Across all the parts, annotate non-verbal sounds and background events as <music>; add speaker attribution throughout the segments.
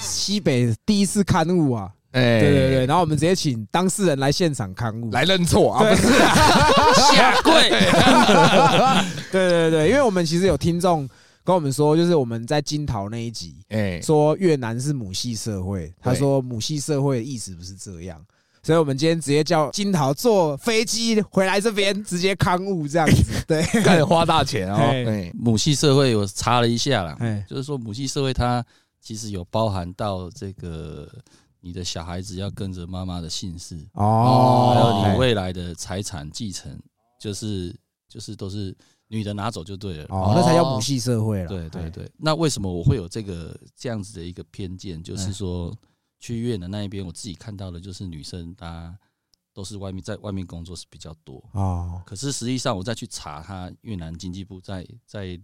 Speaker 1: 西北第一次刊物啊，
Speaker 2: 哎，
Speaker 1: 对对对，然后我们直接请当事人来现场刊物，
Speaker 2: 来认错啊，
Speaker 1: 对
Speaker 2: 不是
Speaker 1: <laughs>
Speaker 3: 下跪，
Speaker 1: 对对对，因为我们其实有听众跟我们说，就是我们在金桃那一集
Speaker 2: 哎，
Speaker 1: 说越南是母系社会，他说母系社会的意思不是这样，所以我们今天直接叫金桃坐飞机回来这边直接刊物这样子，对，
Speaker 2: 开始花大钱哦，
Speaker 1: 哎
Speaker 2: 哎，
Speaker 3: 母系社会我查了一下啦，
Speaker 1: 哎
Speaker 3: 就是说母系社会它其实有包含到这个你的小孩子要跟着妈妈的姓氏，还
Speaker 1: 哦，
Speaker 3: 有你未来的财产继承，就是就是都是女的拿走就对了。
Speaker 1: 哦，那才叫母系社会了，
Speaker 3: 对对
Speaker 1: 哎，哎
Speaker 3: 对，那为什么我会有这个这样子的一个偏见？就是说，去越南那一边，我自己看到的就是女生她都是外面在外面工作是比较多，
Speaker 1: 哦，
Speaker 3: 可是实际上我再去查她越南经济部在在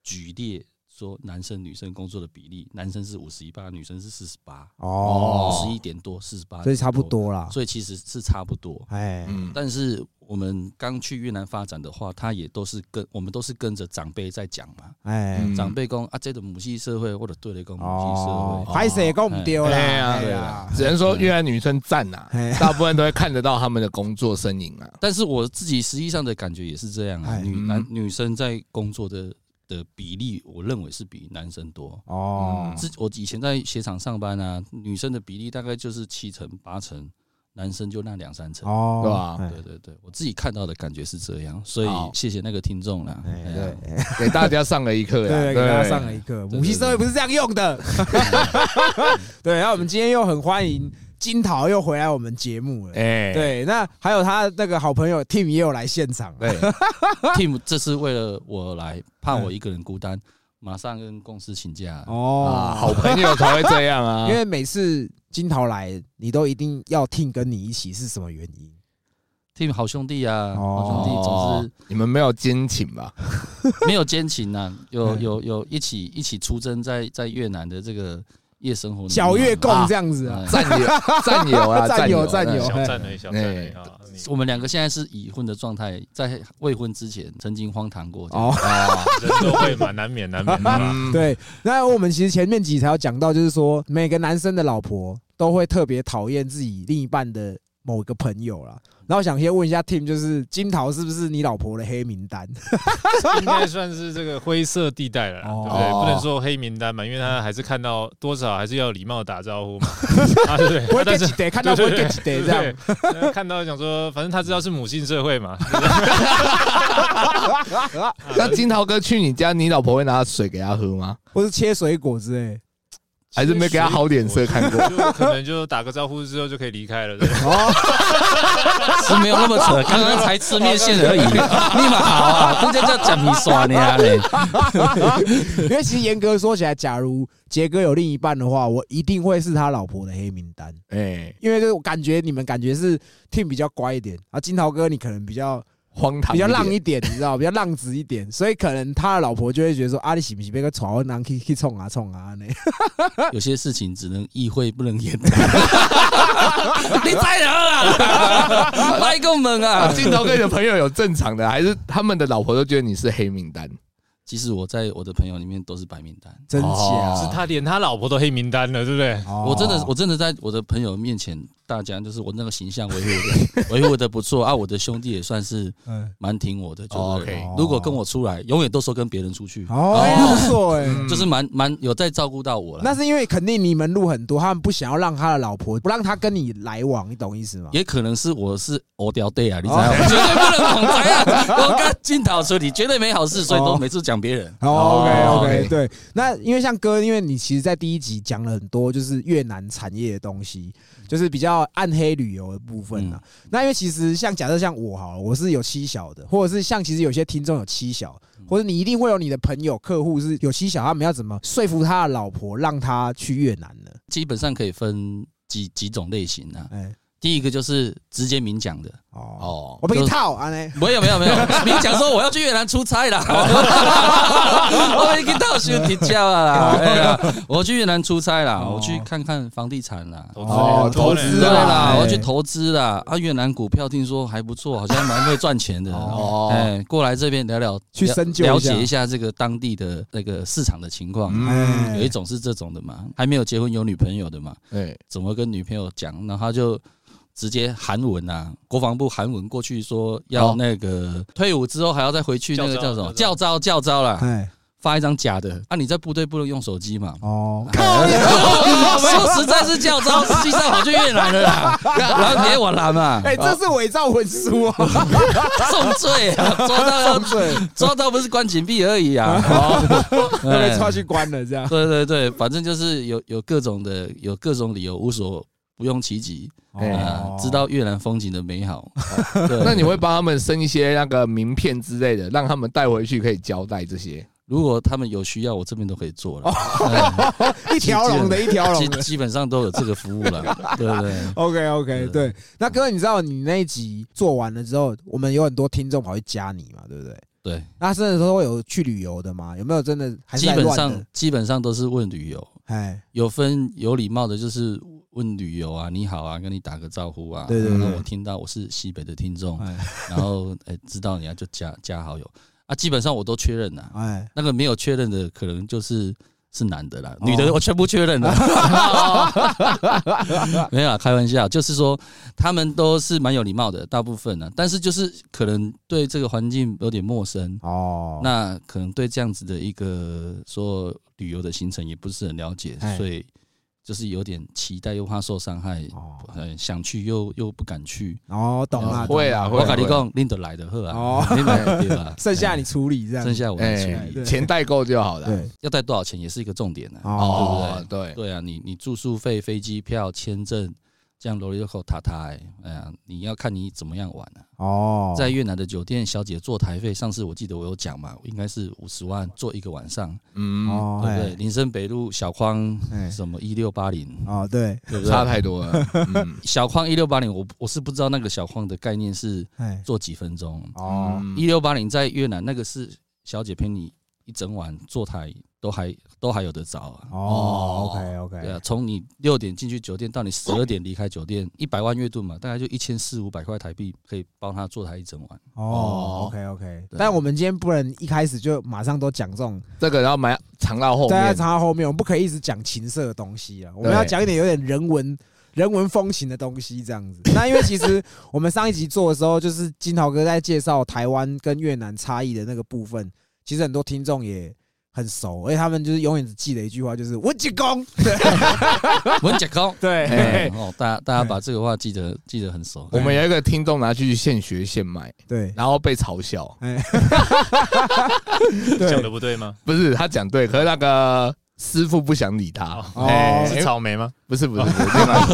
Speaker 3: 举例说男生女生工作的比例，男生是五十一八，女生是四十八，
Speaker 1: 哦，
Speaker 3: 十一点多，四十八，
Speaker 1: 所以差不，多啦，
Speaker 3: 所以其实是差不多。
Speaker 1: 哎，
Speaker 2: 嗯，
Speaker 3: 但是我们刚去越南发展的话，他也都是跟我们都是跟着长辈在讲嘛，
Speaker 1: 哎，
Speaker 2: 嗯
Speaker 3: 长辈讲啊，这个母系社会或者对了讲母系
Speaker 1: 哦
Speaker 3: 社，
Speaker 1: 拍谁搞不丢啦，
Speaker 2: 哎呀，
Speaker 1: 哎
Speaker 2: 对
Speaker 1: 呀
Speaker 2: 啊，只能说越南女生赞呐
Speaker 1: <laughs> 哎，
Speaker 2: 大部分都会看得到他们的工作身影啊。
Speaker 3: 但是我自己实际上的感觉也是这样啊，
Speaker 1: 哎
Speaker 3: 女
Speaker 2: 嗯
Speaker 3: 男女生在工作的的比例，我认为是比男生多。
Speaker 1: 哦
Speaker 2: 嗯，
Speaker 3: 自我以前在鞋厂上班啊，女生的比例大概就是七成八成，男生就那两三
Speaker 2: 嗯
Speaker 3: 成。
Speaker 1: 哦，
Speaker 2: 对吧
Speaker 1: 哎
Speaker 3: 对对对，我自己看到的感觉是这样，所以
Speaker 2: 好
Speaker 3: 谢谢那个听众啦。
Speaker 1: 哎
Speaker 3: 哎呀
Speaker 2: 啊
Speaker 1: 对，
Speaker 2: 给大家上了一课啊呀，
Speaker 1: 对，给啊大家上了一课，
Speaker 3: 对
Speaker 1: 母系社会不是这样用
Speaker 2: <laughs>
Speaker 1: 的。对， <laughs> 然后我们今天又很欢迎金桃又回来我们节目了。
Speaker 2: 哎，
Speaker 1: 对，那还有他那个好朋友 Tim 也有来现场。
Speaker 2: 对，
Speaker 3: Team 这次为了我来，怕我一个人孤单，马上跟公司请假。
Speaker 2: 啊，
Speaker 1: 嗯哦，
Speaker 2: 好朋友才会这样啊
Speaker 1: 因，为每次金桃来，你都一定要 Tim 跟你一起，是什么原因？
Speaker 3: Team 好兄弟啊，
Speaker 1: 哦
Speaker 3: 好兄弟总
Speaker 2: 你们没有奸情吧？
Speaker 3: 是没有奸情呐、
Speaker 1: <laughs>
Speaker 3: 有
Speaker 1: 嗯
Speaker 3: 有有一起一起出征在在越南的这个夜生
Speaker 2: 嗯
Speaker 3: 活里面啊，
Speaker 1: 小月供这样子啊？
Speaker 3: 哎
Speaker 1: <laughs>
Speaker 2: 战友，战友啊，
Speaker 1: 战友
Speaker 2: 战
Speaker 1: 战友
Speaker 4: 小赞了一小赞了一啊！你
Speaker 3: 我们两个现在是已婚的状态，在未婚之前曾经荒唐过。哦，
Speaker 1: 哦，
Speaker 2: 啊，
Speaker 4: 人都会嘛，难免难免嘛。 <laughs>
Speaker 2: 嗯，
Speaker 1: 对。那我们其实前面几才有讲到，就是说每个男生的老婆都会特别讨厌自己另一半的某一个朋友啦。然后想先问一下 Tim，就是金桃是不是你老婆的黑名单？
Speaker 4: 应该嗯算是这个灰色地带了啦，
Speaker 1: 哦
Speaker 4: 对不对？不能说黑名单嘛，因为他还是看到多少还是要礼貌打招呼
Speaker 1: <laughs>
Speaker 4: 嘛，啊，对不对？
Speaker 1: 不会
Speaker 4: 但
Speaker 1: get
Speaker 4: 是
Speaker 1: 几得，看到不会 get 几得
Speaker 4: 对
Speaker 1: 这样。
Speaker 4: 对 <laughs> 对呃看到想说，反正他知道是母性社会
Speaker 1: <laughs>
Speaker 4: 嘛，
Speaker 2: 那金桃哥去你家，你老婆会拿水给他喝吗？
Speaker 1: 或是切水果之类。
Speaker 2: 还是没给他好脸色看过？
Speaker 4: 就可能就打个招呼之后就可以离开了，对不对？
Speaker 1: 哦，
Speaker 3: 是没有那么扯，刚刚才吃面线而已，立马好啊，这就叫讲你耍你啊嘞。
Speaker 1: 因为其实严格说起来，假如杰哥有另一半的话，我一定会是他老婆的黑名单，
Speaker 2: <laughs> 哎，
Speaker 1: 因为就是我感觉你们感觉是 Tim 比较乖一点，啊，金桃哥你可能比较
Speaker 2: 荒唐，
Speaker 1: 比较浪一，点，你知道，比较浪子一点，所以可能他的老婆就会觉得说，啊，你是不是被个床男去去冲啊冲啊那？
Speaker 3: 有些事情只能意会不能言谈。你猜人啊？来个门啊！
Speaker 2: 金桃哥的朋友有正常的，还是他们的老婆都觉得你是黑名单？
Speaker 3: 其实我在我的朋友里面都是白名单，
Speaker 1: <laughs> 真
Speaker 2: 哦
Speaker 1: 假？
Speaker 4: 是他连他老婆都黑名单了，对不对？
Speaker 1: 哦
Speaker 3: 我真的我真的在我的朋友面前，大家就是我那个形象维护的维护的不错啊，我的兄弟也算是
Speaker 1: 嗯，
Speaker 3: 蛮挺我的，
Speaker 2: 哦
Speaker 3: 就是
Speaker 2: ，OK
Speaker 3: 如果跟我出来，永远都说跟别人出去，
Speaker 1: 哦，哎不错哎。
Speaker 2: 嗯
Speaker 3: 就是蛮蛮有在照顾到我了。
Speaker 1: 那是因为肯定你们路很多，他们不想要让他的老婆不让他跟你来往，你懂意思吗？
Speaker 3: 也可能是我是欧雕队啊，你知道吗？
Speaker 1: 哦
Speaker 3: 绝对不能恐灾啊！我跟金桃说，你绝对没好事，所以都每次讲别人。
Speaker 1: 哦
Speaker 2: 哦
Speaker 1: ，OK OK，
Speaker 2: OK
Speaker 1: 对，那因为像哥，因为你其实，在第一集讲了很多就是越南产业的东西，就是比较暗黑旅游的部分
Speaker 3: 嗯
Speaker 1: 啊。那因为其实像假设像我好了，我是有妻小的，或者是像其实有些听众有妻小，
Speaker 3: 嗯
Speaker 1: 或者你一定会有你的朋友客户是有妻小，他们要怎么说服他的老婆让他去越南呢？
Speaker 3: 基本上可以分几几种类型啊。
Speaker 1: 哎，
Speaker 3: 第一个就是直接明讲的，
Speaker 1: 哦，
Speaker 2: 哦
Speaker 1: 我，被你套啊呢，
Speaker 3: 没有没
Speaker 1: <laughs>
Speaker 3: 有没有，明讲说我要去越南出差啦， <laughs> 我已经到学提交了啦，哎呀，我去越南出差啦，
Speaker 1: 哦
Speaker 3: 我去看看房地产啦。
Speaker 4: 投资
Speaker 1: 哦
Speaker 4: 嘞
Speaker 1: 投
Speaker 4: 嘞
Speaker 1: 资
Speaker 3: 对
Speaker 1: 啊
Speaker 3: 啦
Speaker 1: 哎，
Speaker 3: 我要去投资啦。啊，越南股票听说还不错，好像蛮会赚钱的。
Speaker 2: 哦
Speaker 3: 哦，哎，过来这边聊聊，
Speaker 1: 去
Speaker 3: 了
Speaker 1: 深究一下
Speaker 3: 了解一下这个当地的那个市场的情况。
Speaker 1: 哎
Speaker 3: 有一种是这种的嘛，还没有结婚有女朋友的嘛，
Speaker 2: 对，
Speaker 3: 怎么跟女朋友讲？然后他就直接韩文啊，国防部韩文过去说要
Speaker 2: 哦
Speaker 3: 那个退伍之后还要再回去那个
Speaker 4: 教
Speaker 3: 叫
Speaker 4: 招
Speaker 3: 什么教
Speaker 4: 教
Speaker 3: 招教招啦，
Speaker 1: 哎
Speaker 3: 发一张假的。啊，你在部队不能用手机嘛？ <laughs>
Speaker 1: 哦，
Speaker 3: 说实在是教招，实际上跑去越南了啦，然后你也往南
Speaker 1: <laughs> <laughs>
Speaker 3: 嘛，
Speaker 1: 哎，这是伪造文书啊，
Speaker 3: <laughs> 重罪啊，抓到
Speaker 1: 对，
Speaker 3: 抓到不是关紧闭而已
Speaker 1: <laughs>
Speaker 3: 啊，哎
Speaker 1: 都 <laughs> 哦被抓去关了这样。
Speaker 3: 对对对，反正就是有有各种的有各种理由，无所不用其极，
Speaker 2: 哎
Speaker 3: 啊
Speaker 1: 哦，
Speaker 3: 知道越南风景的美好。对
Speaker 2: 那你会帮他们生一些那个名片之类的，让他们带回去可以交代这些。
Speaker 3: 如果他们有需要，我这边都可以做
Speaker 1: 哦
Speaker 3: 了，哎
Speaker 1: 一条龙的一条
Speaker 3: 基
Speaker 1: 龙的。
Speaker 3: 基本上都有这个服务
Speaker 1: <laughs>
Speaker 3: 了，对不对？
Speaker 1: OK OK，对，那哥，你知道你那一集做完了之后，我们有很多听众跑去加你嘛，对不对？
Speaker 3: 对，
Speaker 1: 那真的都会有去旅游的吗？有没有真的还是
Speaker 3: 基
Speaker 1: 在
Speaker 3: 本
Speaker 1: 乱
Speaker 3: 上
Speaker 1: 的？
Speaker 3: 基本上都是问旅游，
Speaker 1: 哎，
Speaker 3: 有分有礼貌的，就是问旅游啊，你好啊，跟你打个招呼啊。
Speaker 1: 对对
Speaker 3: 那
Speaker 1: 对
Speaker 3: 我听到我是西北的听众，
Speaker 1: 哎
Speaker 3: 然后哎、知道你啊就加加好友啊，基本上我都确认了、
Speaker 1: 哎，
Speaker 3: 那个没有确认的，可能就是是男的啦，
Speaker 1: 哦
Speaker 3: 女的我全部确认
Speaker 1: <laughs>
Speaker 3: 了。没有啦，开玩笑，就是说他们都是蛮有礼貌的，大部分呢、但是就是可能对这个环境有点陌生，
Speaker 1: 哦，
Speaker 3: 那可能对这样子的一个说旅游的行程也不是很了解
Speaker 1: 哎，
Speaker 3: 所以就是有点期待，又怕受伤害，
Speaker 1: 哦
Speaker 3: 呃，想去又又不敢去。
Speaker 1: 哦，懂
Speaker 3: 哎
Speaker 1: 了，懂了
Speaker 2: 会啊，会
Speaker 3: 我
Speaker 2: 啊。
Speaker 3: 跟你
Speaker 2: 会啊，
Speaker 3: 讲，你都来的喝
Speaker 1: 哦，
Speaker 3: 啊，你来的对啊
Speaker 1: <laughs> 剩下你处理这
Speaker 3: 哎
Speaker 1: 样
Speaker 3: 剩。下我来处
Speaker 2: 哎
Speaker 3: 理，
Speaker 1: 对
Speaker 2: 钱代购就好了。
Speaker 1: 对，
Speaker 3: 要带多少钱也是一个重点呢。
Speaker 1: 哦
Speaker 3: 对不
Speaker 2: 对
Speaker 3: 对啊，你你住宿费、飞机票、签证，这样罗里口塔塔，哎呀，你要看你怎么样玩啊。
Speaker 1: 哦，
Speaker 3: 在越南的酒店，小姐坐台费，上次我记得我有讲嘛，应该是五十万坐一个晚上，
Speaker 2: 嗯，
Speaker 1: 哦，
Speaker 3: 对不对？林森北路小框
Speaker 1: 哎
Speaker 3: 什么一六八零，
Speaker 1: 哦，对，
Speaker 3: 对不
Speaker 2: 差
Speaker 3: 对？
Speaker 2: 太多了。嗯
Speaker 3: <laughs> 小框一六八零，我我是不知道那个小框的概念是
Speaker 1: 哎，
Speaker 3: 做几分钟。
Speaker 1: 哦，
Speaker 2: 嗯
Speaker 3: 一六八零在越南那个是小姐陪你一整晚坐台都还都还有得找啊。
Speaker 1: 哦，OK
Speaker 3: 对
Speaker 1: OK，
Speaker 3: 啊，从你六点进去酒店到你十二点离开酒店，一百万月盾嘛，大概就一千四五百块台币，可以帮他坐台一整晚。
Speaker 1: 哦
Speaker 2: 哦
Speaker 1: ，OK OK，
Speaker 3: 对
Speaker 1: 但我们今天不能一开始就马上都讲这种
Speaker 2: 这个要埋藏到后
Speaker 1: 大家
Speaker 2: 面。
Speaker 1: 啊藏到后面，我们不可以一直讲情色的东西啊，我们
Speaker 2: 对
Speaker 1: 要讲一点有点人文。 <coughs> 人文风情的东西这样子，那因为其实我们上一集做的时候，就是金桃哥在介绍台湾跟越南差异的那个部分，其实很多听众也很熟，而且他们就是永远只记得一句话，就是“我几公
Speaker 3: 文甲高”，，哎
Speaker 1: <laughs> 对
Speaker 3: 哦，大家大家把这个话记得记得很熟。
Speaker 2: 我们有一个听众拿去现学现卖，
Speaker 1: 对
Speaker 2: 然后被嘲笑。
Speaker 4: 讲
Speaker 1: 对
Speaker 4: 的不对吗？
Speaker 2: 不是他讲对，可是那个师傅不想理他。
Speaker 4: 哦
Speaker 2: 哎，
Speaker 4: 是草莓吗？
Speaker 2: 不是不是
Speaker 1: 哦
Speaker 2: 不是，另外一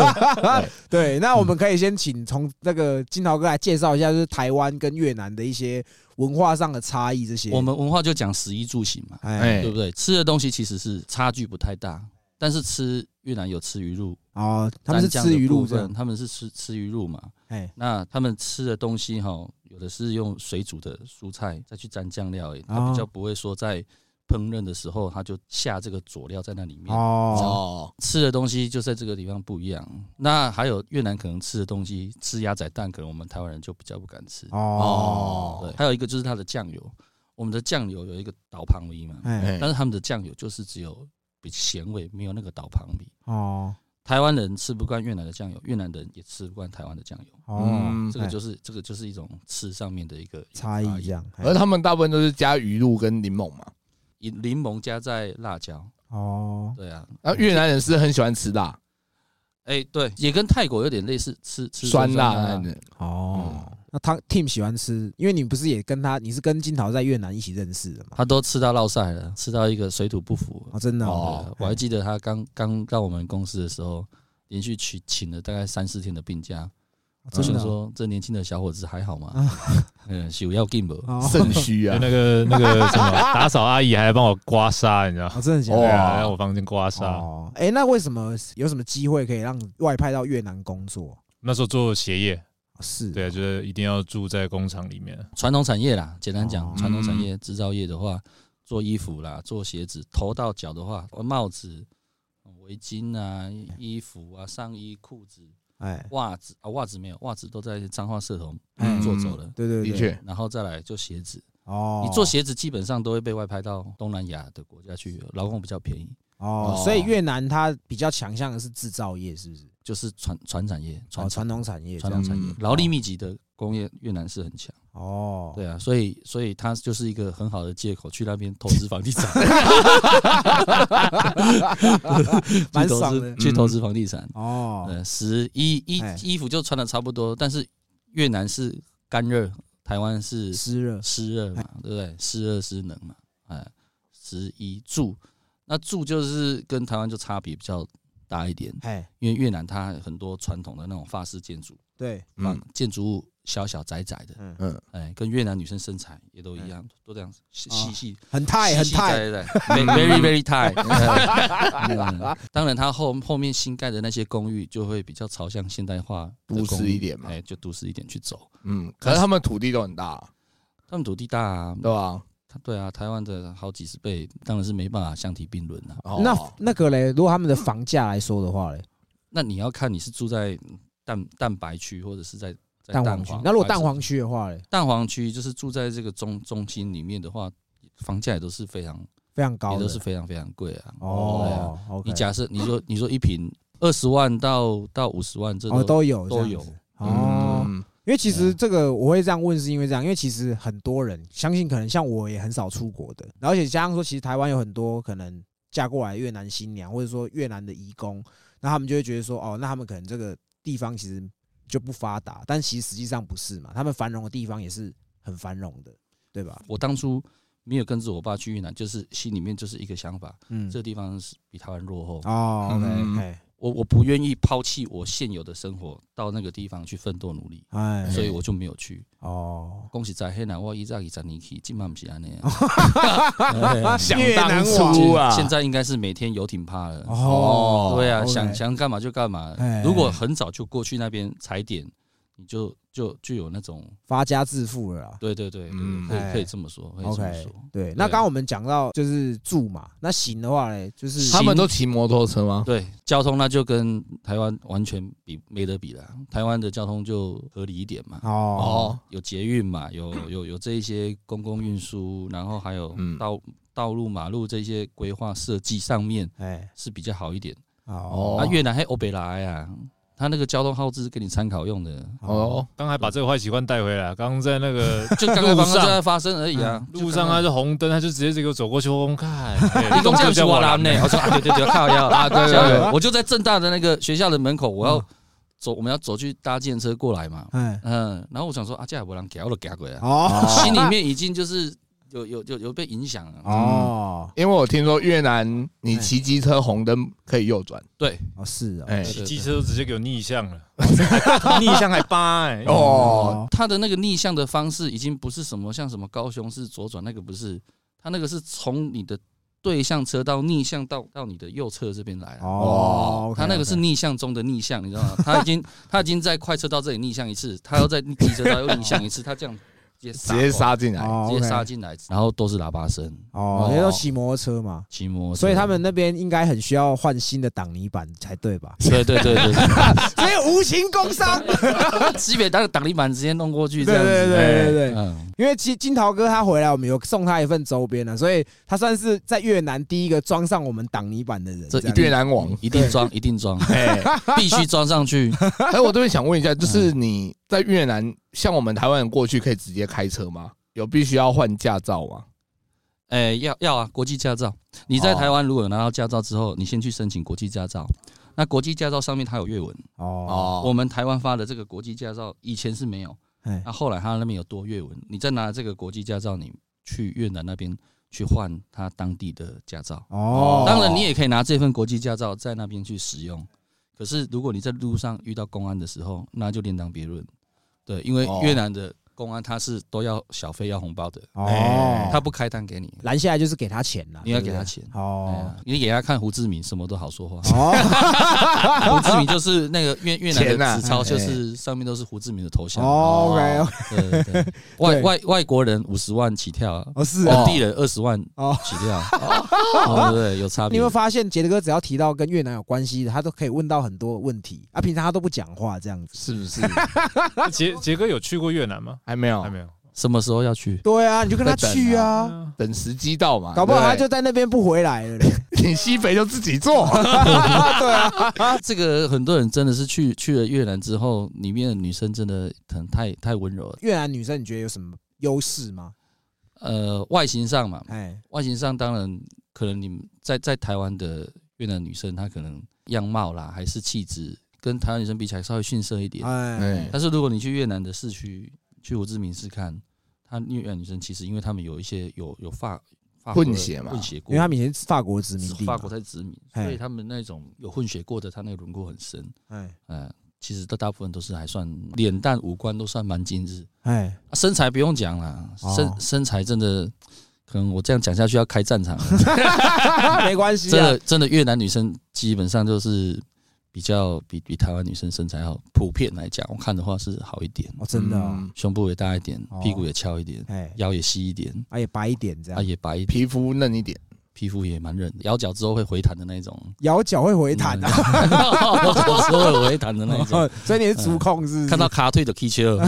Speaker 2: 个
Speaker 1: 对”。那我们可以先请从那个金桃哥来介绍一下，就是台湾跟越南的一些文化上的差异这些。
Speaker 3: 我们文化就讲食衣住行嘛，
Speaker 1: 哎
Speaker 2: 哎
Speaker 3: 对不对？吃的东西其实是差距不太大，但是吃越南有吃鱼露，
Speaker 1: 哦，他们是
Speaker 3: 蘸酱的
Speaker 1: 吃鱼露
Speaker 3: 部
Speaker 1: 这
Speaker 3: 分
Speaker 1: 样，
Speaker 3: 他们是吃吃鱼露嘛。
Speaker 1: 哎
Speaker 3: 那他们吃的东西哈，有的是用水煮的蔬菜再去蘸酱料而已，
Speaker 1: 哦
Speaker 3: 它比较不会说在烹饪的时候它就下这个佐料在那里面。
Speaker 1: 哦
Speaker 2: 哦，
Speaker 3: 吃的东西就在这个地方不一样。那还有越南可能吃的东西，吃鸭仔蛋，可能我们台湾人就比较不敢吃。
Speaker 1: 哦，
Speaker 3: 对，还有一个就是它的酱油，我们的酱油有一个岛旁米嘛，
Speaker 1: 哎
Speaker 2: 哎
Speaker 3: 但是他们的酱油就是只有比咸味，没有那个岛旁米。
Speaker 1: 哦
Speaker 3: 台湾人吃不惯越南的酱油，越南人也吃不惯台湾的酱油。
Speaker 1: 哦
Speaker 2: 嗯，
Speaker 3: 这个就是这个就是一种吃上面的一个
Speaker 1: 差异这样。哎
Speaker 2: 而他们大部分都是加鱼露跟柠檬嘛。
Speaker 3: 以柠檬加在辣椒，
Speaker 1: 哦
Speaker 3: 对啊，
Speaker 2: 然后越南人是很喜欢吃辣，
Speaker 3: 哎、对，也跟泰国有点类似，吃吃
Speaker 2: 酸辣哎
Speaker 3: 啊
Speaker 2: 那种。
Speaker 1: 哦，
Speaker 3: 嗯
Speaker 1: 那他 Tim 喜欢吃，因为你不是也跟他，你是跟金桃在越南一起认识的嘛？
Speaker 3: 他都吃到落晒了，吃到一个水土不服。
Speaker 1: 哦，真的哦，
Speaker 3: 哦，我还记得他刚刚到我们公司的时候，连续请请了大概三四天的病假。我
Speaker 1: 真
Speaker 3: 想
Speaker 1: 的哦啊
Speaker 3: 说，这年轻的小伙子还好吗？嗯，有要 game 不？
Speaker 1: 哦，
Speaker 2: 肾虚啊
Speaker 4: 就。那个那个
Speaker 1: <laughs>
Speaker 4: 什么打扫阿姨还帮我刮痧，你知道？
Speaker 1: 哦真的假
Speaker 2: 哦
Speaker 4: 对
Speaker 1: 的？
Speaker 4: 啊，在我房间刮痧。
Speaker 3: 啊
Speaker 1: 哦，哎，那为什么有什么机会可以让外派到越南工作？哦
Speaker 4: 那时候做鞋业，
Speaker 1: 是，
Speaker 4: 对啊，就是一定要住在工厂里面。
Speaker 3: 传统产业啦，简单讲
Speaker 1: 哦，嗯
Speaker 3: 传统产业制造业的话，做衣服啦，做鞋子，头到脚的话，帽子、围巾啊、衣服啊、上衣、裤子、
Speaker 1: 哎，
Speaker 3: 袜子啊，袜子没有，袜子都在彰化社头
Speaker 1: 嗯
Speaker 3: 做走了。
Speaker 1: 对对对，
Speaker 2: 的，确，
Speaker 3: 然后再来就鞋子，
Speaker 1: 哦，
Speaker 3: 你做鞋子基本上都会被外派到东南亚的国家去，劳工比较便宜，
Speaker 1: 哦，
Speaker 2: 哦
Speaker 1: 所以越南它比较强项的是制造业，是不是？
Speaker 3: 就是传传产业、
Speaker 1: 哦，
Speaker 3: 传产
Speaker 1: 传统产业这
Speaker 3: 传
Speaker 1: 样，
Speaker 3: 统产业
Speaker 2: 嗯，
Speaker 3: 劳力密集的工业，越南是很强。
Speaker 1: 哦，
Speaker 3: 对啊，所以所以它就是一个很好的借口去那边投资房地产，
Speaker 1: <laughs> 蛮爽的
Speaker 3: 去投资去投资房地产。
Speaker 1: 哦，
Speaker 3: 呃，十衣衣
Speaker 1: 哎
Speaker 3: 衣服就穿的差不多，但是越南是干热，台湾是
Speaker 1: 湿热，
Speaker 3: 湿热嘛，
Speaker 1: 哎
Speaker 3: 对不对？湿热湿冷嘛，哎，十一住，那住就是跟台湾就差别比较大一点，
Speaker 1: 哎，
Speaker 3: 因为越南它很多传统的那种法式建筑，
Speaker 1: 对，
Speaker 2: 嗯，
Speaker 3: 建筑物小小窄窄的，
Speaker 1: 嗯
Speaker 2: 嗯
Speaker 3: 哎，跟越南女生身材也都一样，都这样细
Speaker 1: 哦
Speaker 3: 细细
Speaker 1: 很泰，很泰，
Speaker 3: 对对，very
Speaker 1: <laughs>
Speaker 3: very 泰。嗯当然，它后后面新盖的那些公寓就会比较朝向现代化的公寓、
Speaker 2: 都市一点嘛
Speaker 3: 哎，就都市一点去走。
Speaker 2: 嗯，可是他们土地都很大，
Speaker 3: 他们土地大啊，
Speaker 2: 对吧？
Speaker 3: 它对啊，台湾的好几十倍，当然啊是没办法相提并论啊。
Speaker 2: 哦
Speaker 1: 那那个嘞，如果他们的房价来说的话嘞，
Speaker 3: 那你要看你是住在蛋蛋白区，或者是在在
Speaker 1: 蛋黄
Speaker 3: 黄
Speaker 1: 区，那如果蛋
Speaker 3: 还是
Speaker 1: 黄区的话嘞，
Speaker 3: 蛋黄区就是住在这个中中心里面的话，房价也都是非常
Speaker 1: 非常高
Speaker 3: 也
Speaker 1: 的
Speaker 3: 都，是非常非常贵啊。对啊，
Speaker 1: 哦，OK，
Speaker 3: 你假设你说你说一平二十万到到五十万，这
Speaker 1: 哦都有
Speaker 3: 都
Speaker 1: 这样
Speaker 3: 有
Speaker 1: 子
Speaker 2: 嗯
Speaker 1: 哦，
Speaker 2: 嗯
Speaker 1: 因为其实这个我会这样问，是因为这样，因为其实很多人相信，可能像我也很少出国的，然后而且加上说，其实台湾有很多可能嫁过来越南新娘，或者说越南的移工，那他们就会觉得说，哦，那他们可能这个地方其实就不发达，但其实实际上不是嘛，他们繁荣的地方也是很繁荣的，对吧？
Speaker 3: 我当初没有跟着我爸去越南，就是心里面就是一个想法，
Speaker 1: 嗯，
Speaker 3: 这地方是比台湾落后，
Speaker 1: 哦
Speaker 2: 嗯
Speaker 1: ，OK，
Speaker 3: 我我不愿意抛弃我现有的生活，到那个地方去奋斗努力，
Speaker 1: 哎，
Speaker 3: 所以我就没有去。 <laughs>
Speaker 1: 哦，
Speaker 3: 恭喜在黑南，我一早一早你去，今晚不是安那样。
Speaker 1: 哎
Speaker 2: 想
Speaker 1: 越南
Speaker 2: 当
Speaker 1: 网
Speaker 2: 初啊，
Speaker 3: 现在应该是每天游艇趴了。
Speaker 1: 哦，
Speaker 3: 对啊，
Speaker 1: OK
Speaker 3: 想想干嘛就干嘛
Speaker 1: 哎。
Speaker 3: 如果很早就过去那边踩点，你就就就有那种
Speaker 1: 发家致富了啦。
Speaker 3: 对对对，
Speaker 2: 嗯
Speaker 3: 对可
Speaker 1: 哎
Speaker 3: 以可以这么说，可以这么
Speaker 1: OK，
Speaker 3: 说。
Speaker 1: 对，那刚刚我们讲到就是住嘛，那行的话嘞，就是
Speaker 2: 他们都骑摩托车吗？
Speaker 3: 对，交通那就跟台湾完全比没得比了。台湾的交通就合理一点嘛，
Speaker 1: 哦
Speaker 2: 哦，
Speaker 3: 有捷运嘛，有有有这一些公共运输，然后还有
Speaker 2: 嗯
Speaker 3: 道道路、马路这些规划设计上面
Speaker 1: 哎
Speaker 3: 是比较好一点。
Speaker 1: 哦
Speaker 2: 哦
Speaker 3: 啊，越南还有欧北来啊，它那个交通耗资是给你参考用的，
Speaker 2: 哦，
Speaker 4: 刚还把这个坏习惯带回来，刚刚在那个
Speaker 3: 就刚刚刚
Speaker 4: 路
Speaker 3: 刚
Speaker 4: 上
Speaker 3: 在发生而已啊。
Speaker 4: 路上啊，就红灯，他就直接这个走过去，我看，
Speaker 3: <laughs>
Speaker 4: 哎
Speaker 3: 你跟我讲是我男呢，我说啊对对对，靠腰啊，对
Speaker 2: 对
Speaker 3: 对
Speaker 2: 对
Speaker 3: 对，我就在正大的那个学校的门口，我要走，我们要走去搭电车过来嘛。
Speaker 1: 哎
Speaker 3: 嗯，然后我想说啊，这也不能给，我都给过来，
Speaker 1: 哦
Speaker 3: 心里面已经就是有有有有被影响了。
Speaker 1: <laughs> 哦
Speaker 2: 因为我听说越南你
Speaker 1: 哎
Speaker 2: 骑机车红灯可以右转，
Speaker 3: 对，
Speaker 1: 哦是哦
Speaker 2: 哎，
Speaker 3: <laughs> 对对
Speaker 4: 机车都直接给我逆向了，还逆向还扒 <laughs> 哎，
Speaker 2: 哦，
Speaker 3: 他的那个逆向的方式已经不是什么像什么高雄市左转那个不是，他那个是从你的对向车道逆向到到你的右侧这边来了。
Speaker 1: 哦，
Speaker 3: 他那个是逆向中的逆向，你知
Speaker 1: <laughs>
Speaker 3: 道吗？他已经他已经在快车道这里逆向一次，他又在机车道又逆向一次，他这样直接
Speaker 2: 直
Speaker 3: 直
Speaker 2: 接杀进来，
Speaker 1: 哦
Speaker 3: 直接杀进来，然后都是喇叭声，
Speaker 1: 哦，因为都骑摩托车嘛，
Speaker 3: 骑摩托车，？
Speaker 1: 所以他们那边应该很需要换新的挡泥板才对吧 <laughs>
Speaker 3: 对对对对对，
Speaker 1: 所以无情工
Speaker 3: <laughs>
Speaker 1: 伤，
Speaker 3: 西北当挡泥板直接弄过去
Speaker 1: 对
Speaker 3: 这样
Speaker 1: 对
Speaker 3: 子，
Speaker 1: 对对对对，
Speaker 3: 嗯，
Speaker 1: 因为金金桃哥他回来，我们有送他一份周边啊了，所以他算是在越南第一个装上我们挡泥板的人。
Speaker 3: 这一
Speaker 1: 样
Speaker 2: 越南网。
Speaker 1: 哦
Speaker 3: 一定
Speaker 1: <laughs>
Speaker 3: 装一定装， <laughs>
Speaker 2: 哎，
Speaker 3: 必须装上去。
Speaker 2: 哎，我这边想问一下，就是你在越南，像我们台湾人过去可以直接开车吗？有必须要换驾照吗？
Speaker 3: 哎、要要啊，国际驾照。你在
Speaker 2: 哦
Speaker 3: 台湾如果有拿到驾照之后，你先去申请国际驾照。那国际驾照上面它有粤文，
Speaker 1: 哦，
Speaker 2: 哦，
Speaker 3: 我们台湾发的这个国际驾照以前是没有，
Speaker 1: 哎
Speaker 3: 那后来它那边有多粤文，你再拿这个国际驾照，你去越南那边去换它当地的驾照。
Speaker 1: 哦，
Speaker 3: 当然，你也可以拿这份国际驾照在那边去使用。可是，如果你在路上遇到公安的时候，那就另当别论。对，因为
Speaker 2: 哦
Speaker 3: 越南的公安他是都要小费要红包的，
Speaker 1: 哦，
Speaker 3: 哎他不开单给你，
Speaker 1: 拦下来就是给他钱了，
Speaker 3: 你要
Speaker 1: 对不对
Speaker 3: 给他钱
Speaker 1: 哦
Speaker 3: 哎。你给他看胡志明什么都好
Speaker 1: <laughs>
Speaker 3: 说话，
Speaker 1: 哦
Speaker 3: 胡志明就是那个越越南
Speaker 2: 钱
Speaker 3: 的
Speaker 2: 啊
Speaker 3: 纸钞，就是上面都是胡志明的头像。
Speaker 1: 哦，OK，
Speaker 3: 对对对，外外外国人五十万起跳啊，
Speaker 1: 哦是
Speaker 3: 本
Speaker 1: 哦。
Speaker 3: 地人二十万
Speaker 1: 哦
Speaker 3: 起跳，啊
Speaker 1: <laughs>
Speaker 3: 哦对不对？有差
Speaker 1: 你
Speaker 3: 别
Speaker 1: 有没有。发现杰德哥只要提到跟越南有关系的，他都可以问到很多问题啊。平常他都不讲话这样子。
Speaker 2: 是不是？
Speaker 4: 那杰杰哥有去过越南吗？
Speaker 2: <laughs> 还没有
Speaker 4: 还，没有，
Speaker 3: 什么时候要去？
Speaker 1: 对啊，你就跟他
Speaker 2: 在等
Speaker 1: 去哦啊，
Speaker 4: 啊
Speaker 2: 等时机到嘛，
Speaker 1: 搞不好他
Speaker 2: 对
Speaker 1: 就在那边不回来了嘞。 <laughs>
Speaker 2: 对 <laughs> 你西北就自己做，
Speaker 3: 啊这个很多人真的是去去了越南之后，里面的女生真的很太太温柔了。
Speaker 1: 越南女生你觉得有什么优势吗？
Speaker 3: 呃，外形上嘛，
Speaker 1: 哎，
Speaker 3: 外形上当然可能你们在在台湾的越南女生，她可能样貌啦还是气质跟台湾女生比起来稍微逊色一点。
Speaker 1: 哎
Speaker 2: 哎，
Speaker 3: 但是如果你去越南的市区，去胡志明市看，她越南女生其实因为她们有一些有有发发
Speaker 2: 混血嘛
Speaker 3: 混血过，
Speaker 1: 因为他们以前是法国殖民
Speaker 3: 是
Speaker 1: 地嘛，
Speaker 3: 法国在殖民，
Speaker 1: 嘿
Speaker 3: 所以他们那种有混血过的，她那个轮廓很深。
Speaker 1: 哎
Speaker 3: 嗯，其实大大部分都是还算脸蛋五官都算蛮精致，
Speaker 1: 哎，
Speaker 3: 啊身材不用讲啦，
Speaker 1: 哦
Speaker 3: 身、身材真的，可能我这样讲下去要开战场了。
Speaker 1: <laughs> 没关系
Speaker 3: 真
Speaker 1: 啊，
Speaker 3: 的真的越南女生基本上就是比较比比台湾女生身材好，普遍来讲，我看的话是好一点，
Speaker 1: 哦，真的哦，
Speaker 2: 嗯
Speaker 3: 胸部也大一点
Speaker 1: 哦，
Speaker 3: 屁股也翘一点，
Speaker 1: 哎，
Speaker 3: 腰也细一点，
Speaker 1: 啊也白一点这
Speaker 3: 啊
Speaker 1: 样，
Speaker 3: 也白一点，
Speaker 2: 皮肤嫩一点，
Speaker 3: 皮肤也蛮韧的，咬脚之后会回弹的那一种，嗯
Speaker 1: 摇脚会回弹啊，
Speaker 3: <laughs>
Speaker 1: 哦
Speaker 3: 咬脚之后会回弹的
Speaker 1: <laughs>
Speaker 3: 那一种，
Speaker 1: 所以你是足控是不是？
Speaker 3: 看到卡腿的 K 球，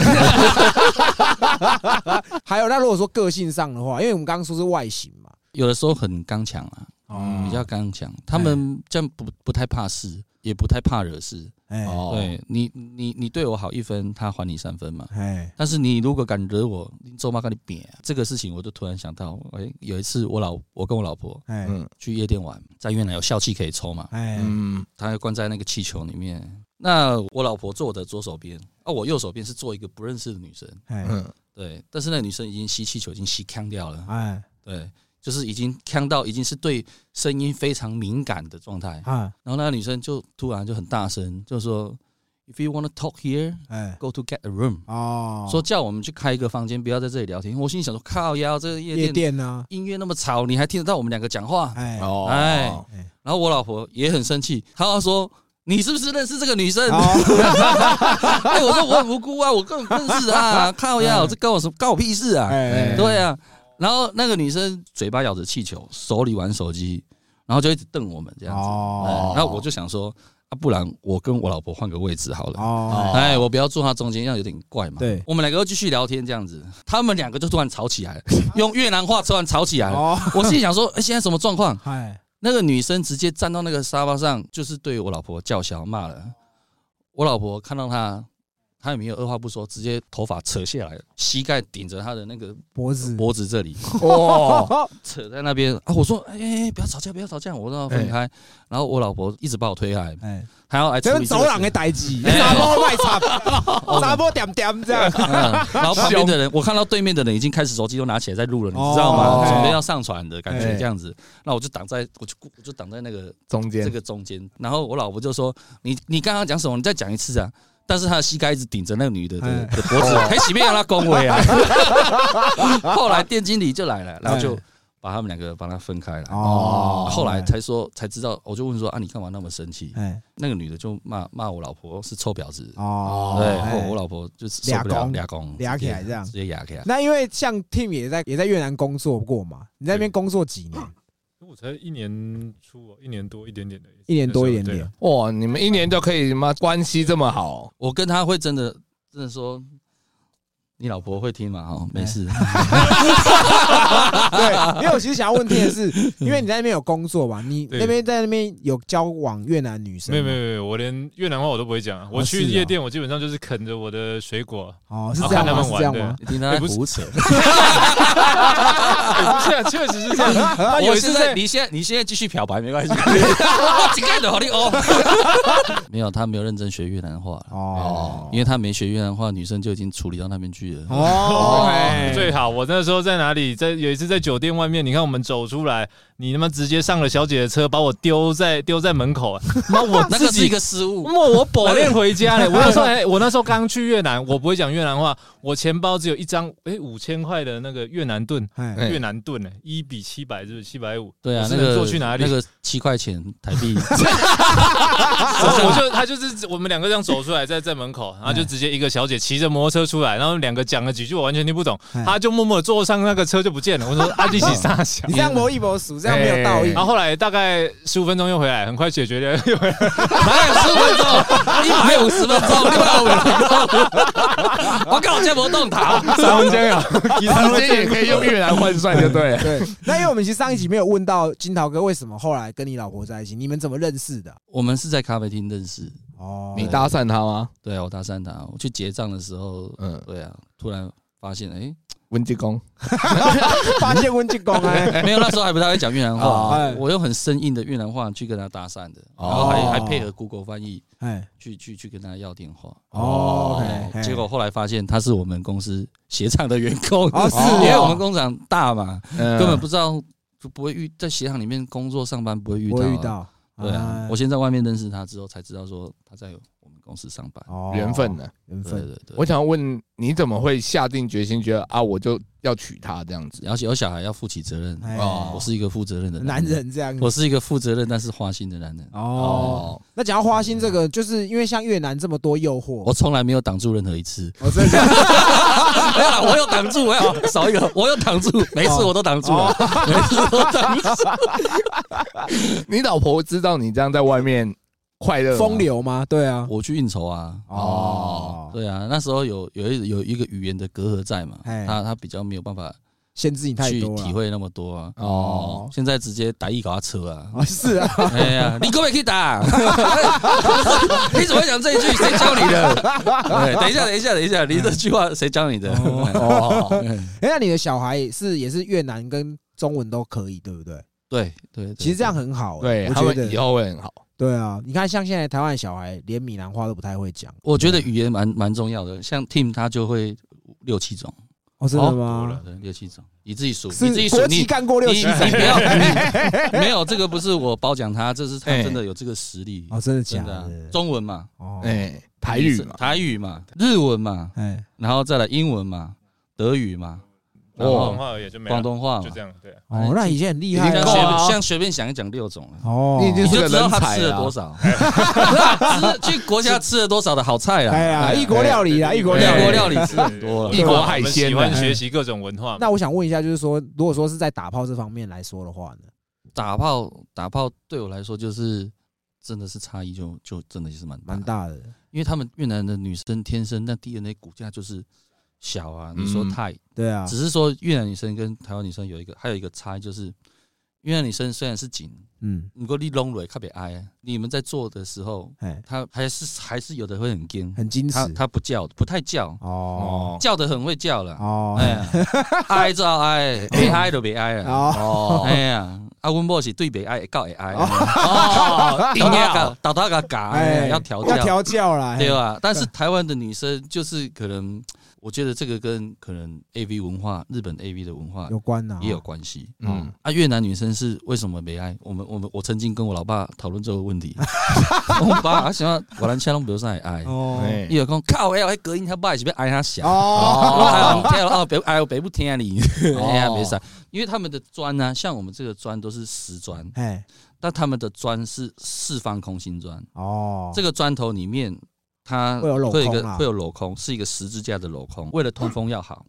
Speaker 1: 还有那如果说个性上的话，因为我们刚刚说是外形嘛，
Speaker 3: 有的时候很刚强啊。
Speaker 1: 哦
Speaker 3: 比较刚强，他们这样不不太怕事，也不太怕惹事。
Speaker 1: 哎
Speaker 2: 哦，
Speaker 3: 对你，你你对我好一分，他还你三分嘛。
Speaker 1: 哎
Speaker 3: 但是你如果敢惹我，你周妈跟你扁、这个事情，我就突然想到，哎、有一次我老我跟我老婆
Speaker 1: 哎
Speaker 2: 嗯
Speaker 3: 去夜店玩，在越南有笑气可以抽嘛，
Speaker 1: 哎
Speaker 2: 嗯，
Speaker 3: 她就关在那个气球里面。那我老婆坐我的左手边，啊，我右手边是坐一个不认识的女生，
Speaker 1: 哎
Speaker 2: 嗯，
Speaker 3: 对，但是那个女生已经吸气球已经吸呛掉了，
Speaker 1: 哎
Speaker 3: 对，就是已经呛到已经是对声音非常敏感的状态。
Speaker 1: 啊
Speaker 3: 然后那个女生就突然就很大声，就说：“If you w a n n a talk here,
Speaker 1: 哎
Speaker 3: go to get a room。
Speaker 1: 哦，
Speaker 3: 说叫我们去开一个房间，不要在这里聊天。我心里想说：“靠呀，这个夜
Speaker 1: 夜
Speaker 3: 店啊
Speaker 1: 店呢，
Speaker 3: 音乐那么吵，你还听得到我们两个讲话
Speaker 1: 哎
Speaker 2: 哦，
Speaker 3: 哎
Speaker 2: 哦？”
Speaker 3: 然后我老婆也很生气，她说：“你是不是认识这个女生？”
Speaker 1: 哦
Speaker 3: <laughs> 哎，我说我很无辜啊，我根本不认
Speaker 1: <laughs>
Speaker 3: 识啊，靠呀，这关我什么关我屁事啊？
Speaker 1: 哎
Speaker 3: <laughs> 对啊。然后那个女生嘴巴咬着气球，手里玩手机，然后就一直瞪我们这样子。
Speaker 1: 哦
Speaker 3: 哎，那我就想说，啊，不然我跟我老婆换个位置好了。
Speaker 1: 哦
Speaker 3: 哎，我不要坐她中间，这样有点怪嘛。
Speaker 1: 对
Speaker 3: 我们两个又继续聊天这样子，他们两个就突然吵
Speaker 1: <laughs>
Speaker 3: 起来了，用越南话突然吵起来了。
Speaker 1: 哦
Speaker 3: 我心里想说，哎，现在什么状况？
Speaker 1: 哎
Speaker 3: 那个女生直接站到那个沙发上，就是对我老婆叫嚣骂了。我老婆看到她，她也没有二话不说，直接头发扯下来，膝盖顶着她的那个
Speaker 1: 脖子
Speaker 3: 脖子这里，
Speaker 2: 哦，
Speaker 1: <laughs> 哦
Speaker 3: <laughs> 扯在那边啊！我说，哎、哎哎不要吵架，不要吵架，我让她分开。然后我老婆一直把我推开，
Speaker 1: 哎，
Speaker 3: 还要来处
Speaker 1: 这
Speaker 3: 理
Speaker 1: 边
Speaker 3: 这
Speaker 1: 走
Speaker 3: 个
Speaker 1: 廊
Speaker 3: 事
Speaker 1: 的代志，
Speaker 3: 哎
Speaker 1: 查某卖插，
Speaker 2: <laughs>
Speaker 1: 查某点点这样，
Speaker 3: 嗯然后旁边的人，我看到对面的人已经开始手机都拿起来在录了，你知道
Speaker 1: 哦
Speaker 3: 吗？
Speaker 1: 哎
Speaker 3: 准备要上传的感觉
Speaker 2: 哎
Speaker 3: 这样子，那我就挡在，我就我就挡在那个
Speaker 2: 中间
Speaker 3: 这个中间，然后我老婆就说：“你你刚刚讲什么？你再讲一次啊！”但是她的膝盖一直顶着那个女的的
Speaker 1: 哎
Speaker 3: 的脖子，还洗面让她恭
Speaker 1: <laughs>
Speaker 3: 维啊。后来店经理就来了，然后就
Speaker 1: 哎
Speaker 3: 把他们两个帮他分开了。
Speaker 1: 哦
Speaker 3: 后来才说才知道，我就问说：“啊，你干嘛那么生气
Speaker 1: 哎？”
Speaker 3: 那个女的就骂骂我老婆是臭婊子。
Speaker 1: 哦
Speaker 3: 对，
Speaker 1: 哎
Speaker 3: 然后我老婆就是受不
Speaker 1: 俩
Speaker 3: 了
Speaker 1: 公
Speaker 3: 俩公
Speaker 1: 俩起来
Speaker 3: 直接
Speaker 1: 这样
Speaker 3: 直接俩起来。
Speaker 1: 那因为像 Tim 也在也在越南工作过嘛，你在那边工作几
Speaker 3: <laughs>
Speaker 1: 年？
Speaker 4: 我才一年出哦，一年多一点点的，
Speaker 1: 一年多一点
Speaker 4: 对
Speaker 1: 点
Speaker 4: 啊。
Speaker 2: 哇，你们一年就可以妈关系这么好，
Speaker 3: 我跟她会真的真的说，你老婆会听吗？哦，没事。
Speaker 1: 哎对，因为我其实想要问 Tim 的是，
Speaker 3: <laughs>
Speaker 1: 因为你在那边有工作嘛，你
Speaker 4: 对
Speaker 1: 那边在那边有交往越南女生
Speaker 4: 没
Speaker 1: 吗？
Speaker 4: 有没有没有，我连越南话我都不会讲啊。我去
Speaker 1: 是啊
Speaker 4: 夜店，我基本上就是啃着我的水果。
Speaker 1: 哦，是
Speaker 4: 然
Speaker 1: 这
Speaker 4: 后
Speaker 1: 样
Speaker 4: 看他
Speaker 1: 吗？
Speaker 4: 们
Speaker 1: 是
Speaker 4: 玩
Speaker 1: 这样
Speaker 4: 对
Speaker 1: 吗？
Speaker 3: <laughs> 你听她在
Speaker 4: 哎不是
Speaker 3: 胡扯。
Speaker 4: <laughs> 是啊，确实是这样。
Speaker 3: 啊
Speaker 4: 他有一次在
Speaker 3: 你现在你现在继续 <laughs> 漂白没关系，几盖的好利 <laughs> 哦。没有，他没有认真学越南话了，
Speaker 1: 哦
Speaker 3: 因为他没学越南话，女生就已经处理到那边去了。
Speaker 1: 哦，哎
Speaker 4: 最好，我那时候在哪里？在有一次在酒店外面，你看我们走出来，你他妈直接上了小姐的车，把我丢在丢在门口、啊，妈我
Speaker 3: 那
Speaker 4: 自
Speaker 3: 个是一
Speaker 4: 己。
Speaker 3: 个失误，
Speaker 4: 我我保练回家嘞，我那时候还我那时候刚去越南，我不会讲越南话，我钱包只有一张，哎五千块的那个越南盾，
Speaker 1: 哎，
Speaker 2: 哎
Speaker 4: 越南盾哎一比七百是不是七百五？
Speaker 3: 对啊，
Speaker 4: 我是
Speaker 3: 那
Speaker 4: 能
Speaker 3: 个
Speaker 4: 坐去哪里？
Speaker 3: 那个七块钱台币，
Speaker 4: <laughs> 然后我就他就是啊哎我们两个这样走出来，在在门口，然后就直接一个小姐骑着摩托车出来，然后两个讲了几句我完全听不懂
Speaker 1: 哎，
Speaker 4: 他就默默地坐上那个车就不见 <laughs> 了。我说阿弟起傻 <laughs> 小
Speaker 1: 你。这样磨一磨数，这样没有道义
Speaker 2: 哎
Speaker 4: 然。后后来大概十五分钟又回来，很快解决了。又回来
Speaker 3: 哪有十分 <laughs> 钟？一百五十分钟，你把我弄我搞这波动塔，
Speaker 2: <laughs> 三间啊，三间也可以用越南换算，就对了。
Speaker 1: 对，那因为我们其实上一集没有问到金桃哥为什么后来跟你老婆在一起，你们怎么认识的？
Speaker 3: <laughs> 我们是在咖啡厅认识，
Speaker 1: 哦，
Speaker 2: 你搭讪他吗？
Speaker 3: 对啊，我搭讪他，我去结账的时候，
Speaker 2: 嗯，
Speaker 3: 对啊，突然发现，哎、
Speaker 2: 文济公，
Speaker 1: 发现温进公哎，
Speaker 2: <laughs>
Speaker 3: <laughs> 没有，那时候还不太会讲越
Speaker 1: <laughs>
Speaker 3: 南
Speaker 1: 哦
Speaker 3: 话
Speaker 1: 哎，
Speaker 3: 我用很生硬的越南话去跟他搭讪的，然后还
Speaker 1: 哦
Speaker 3: 还配合 Google 翻译
Speaker 1: 哎，
Speaker 3: 去去去跟他要电话。
Speaker 1: 哦
Speaker 3: 哎
Speaker 1: 嘿嘿
Speaker 3: 结果后来发现他是我们公司鞋厂的员工，
Speaker 1: 哦是嗯
Speaker 2: 哦
Speaker 3: 因为我们工厂大嘛，
Speaker 2: 根
Speaker 3: 根本不知道就不会遇在鞋厂里面工作上班不会遇
Speaker 1: 我
Speaker 3: 到啊
Speaker 1: 遇。到，
Speaker 3: 对啊，我
Speaker 1: 哎
Speaker 3: 先在外面认识他之后才知道说他在我们公司上班。
Speaker 1: 哦
Speaker 2: 缘分呢。
Speaker 1: 缘
Speaker 3: 对
Speaker 1: 分
Speaker 3: 对对，
Speaker 2: 我想问，你怎么会下定决心觉得啊，我就要娶她这样子？
Speaker 3: 而且有小孩要负起责任，
Speaker 1: 哎
Speaker 2: 哦
Speaker 3: 我是一个负责任的
Speaker 1: 男，人这样子
Speaker 3: 我是一个负责任但是花心的男人。
Speaker 1: 哦。，那讲到花心这个，就是因为像越南这么多诱惑，
Speaker 3: 我从来没有挡住任何一次， <laughs>
Speaker 1: 我真的
Speaker 3: 没有啦，我有挡住，我有
Speaker 1: <laughs>
Speaker 3: 少一个，我有挡住，
Speaker 1: 哦
Speaker 3: 每次我都挡住了， <laughs> 每次都挡住。
Speaker 2: <laughs>
Speaker 1: <laughs>
Speaker 2: 你老婆知道你这样在外面快乐吗
Speaker 1: 风？流吗？对啊，
Speaker 3: 我去应酬啊，
Speaker 1: 哦，
Speaker 3: 对啊，那时候有有一有一个语言的隔阂在嘛，
Speaker 1: 哎
Speaker 3: 他他比较没有办法
Speaker 1: 限制你太
Speaker 3: 去
Speaker 1: 多了，
Speaker 3: 体会那么多啊。
Speaker 2: 哦，
Speaker 3: 现在直接打一搞他车
Speaker 1: <laughs>
Speaker 3: 啊！
Speaker 1: 啊是啊，
Speaker 3: 哎呀，你可不可以
Speaker 1: <laughs>
Speaker 3: 打？你怎么会讲这一句？谁教你的？
Speaker 1: <laughs>
Speaker 3: 哎等一下，等一下，等一下，你这句话谁教你的？ <laughs>
Speaker 2: 哦，
Speaker 1: 哎，那你的小孩是也是越南跟中文都可以，对不对？
Speaker 3: 对对，对
Speaker 1: 其实这样很好，哎
Speaker 2: 对
Speaker 1: 我
Speaker 2: 他
Speaker 1: 觉
Speaker 2: 们以
Speaker 1: 得
Speaker 2: 后会很好。
Speaker 1: 对啊。你看，像现在台湾的小孩连闽南话都不太会讲，
Speaker 3: 我觉得语言蛮蛮重要的，像 Tim 他就会六七种，
Speaker 1: 哦，真的
Speaker 2: 哦
Speaker 1: 吗？
Speaker 3: 对，六七种，你自己数，
Speaker 1: 是
Speaker 3: 你自己数，
Speaker 1: 国
Speaker 3: 你
Speaker 1: 旗干过六
Speaker 3: 你
Speaker 1: 七
Speaker 3: 你
Speaker 1: 载
Speaker 3: 不
Speaker 1: <laughs>
Speaker 3: 要，你没有这个不是我褒奖他，这是他
Speaker 2: 哎
Speaker 3: 真的有这个实力，
Speaker 1: 哦，真的假
Speaker 3: 真的啊
Speaker 1: 的？
Speaker 3: 中文嘛，
Speaker 1: 哦，
Speaker 2: 哎，台语嘛，
Speaker 3: 台语嘛，日文嘛，
Speaker 1: 哎，
Speaker 3: 然后再来英文嘛，德语嘛，然
Speaker 4: 广东
Speaker 3: 后
Speaker 4: 话而已，就没了
Speaker 3: 广东话嘛
Speaker 4: 就，这样，对啊。
Speaker 3: 哎
Speaker 1: 哦，那已经很厉害
Speaker 2: 已经
Speaker 3: 像
Speaker 1: 了
Speaker 2: 够
Speaker 3: 随
Speaker 2: 了
Speaker 3: 便
Speaker 2: 啊
Speaker 3: 像随便想一讲六种了。
Speaker 1: 哦，
Speaker 2: 你已经
Speaker 3: 你
Speaker 2: 是
Speaker 3: 就
Speaker 2: 个
Speaker 3: 知道
Speaker 2: 人
Speaker 3: 他
Speaker 2: 才
Speaker 3: 吃了
Speaker 1: 啊
Speaker 3: <laughs>
Speaker 2: 了
Speaker 3: 多少，吃去国家吃了多少的好菜啊
Speaker 1: 哎
Speaker 3: 啦，
Speaker 1: 呀，异国料理啦，
Speaker 4: 对哎
Speaker 1: 异国
Speaker 3: 国
Speaker 1: 料
Speaker 3: 料
Speaker 1: 理
Speaker 3: 理，
Speaker 4: 是
Speaker 3: 多了
Speaker 2: 异国海鲜
Speaker 4: 喜
Speaker 2: 啊
Speaker 4: 欢学习各种文化嘛。
Speaker 1: 那我想问一下，就是说，如果说是在打炮这方面来说的话呢？
Speaker 3: 打炮打炮对我来说就是真的是差异就就真的就是蛮
Speaker 1: 蛮
Speaker 3: 的。
Speaker 1: 大的，
Speaker 3: 因为他们越南的女生天生那 DNA 骨架就是小啊，你说
Speaker 2: 嗯
Speaker 3: 太，
Speaker 1: 对啊，
Speaker 3: 只是说越南女生跟台湾女生有一个还有一个差异就是，越南女生虽然是紧，
Speaker 1: 嗯，
Speaker 3: 不过你隆蕊特别矮，你们在做的时候，
Speaker 1: 哎，
Speaker 3: 她还是还是有的会很硬，
Speaker 1: 很矜
Speaker 3: 她
Speaker 1: 持，
Speaker 3: 她不叫，不太叫，
Speaker 1: 哦
Speaker 2: 哦
Speaker 3: 叫的很会叫了，
Speaker 1: 哦，
Speaker 3: 哎呀，爱就爱，别爱就别爱了，
Speaker 1: 哦，
Speaker 2: 哦，
Speaker 3: 哎呀，啊，温某是对别爱告会爱，
Speaker 2: 哦，
Speaker 3: 倒到倒到个嘎，哎呀要调
Speaker 1: 要
Speaker 3: 教。
Speaker 1: 调哎嗯教啦，
Speaker 3: 对啊吧？但是台湾的女生就是可能，我觉得这个跟可能 A V 文化、日本 A V 的文化
Speaker 1: 有啊关呐，
Speaker 3: 也有关系。
Speaker 2: 嗯，
Speaker 3: 啊，越南女生是为什么没爱？我们我们我曾经跟我老爸讨论这
Speaker 1: <laughs>
Speaker 3: 个问题，我爸他喜欢我兰恰龙，比如说爱，
Speaker 1: 哦
Speaker 2: 哎
Speaker 3: 伊有讲靠，哎，我隔音他爸是不是爱他小？
Speaker 1: 哦， <laughs>
Speaker 3: 我还跳哦，别哎呦，别不听你，哎呀，
Speaker 2: 哦
Speaker 3: 没事，因为他们的砖呢、像我们这个砖都是石砖，
Speaker 1: 哎，
Speaker 3: 但他们的砖是四方空心砖，
Speaker 1: 哦，
Speaker 3: 这个砖头里面它
Speaker 1: 会有镂
Speaker 3: 会一
Speaker 1: 空
Speaker 3: 个
Speaker 1: 啦
Speaker 3: 会有镂空，是一个十字架的镂空，为了通风要好。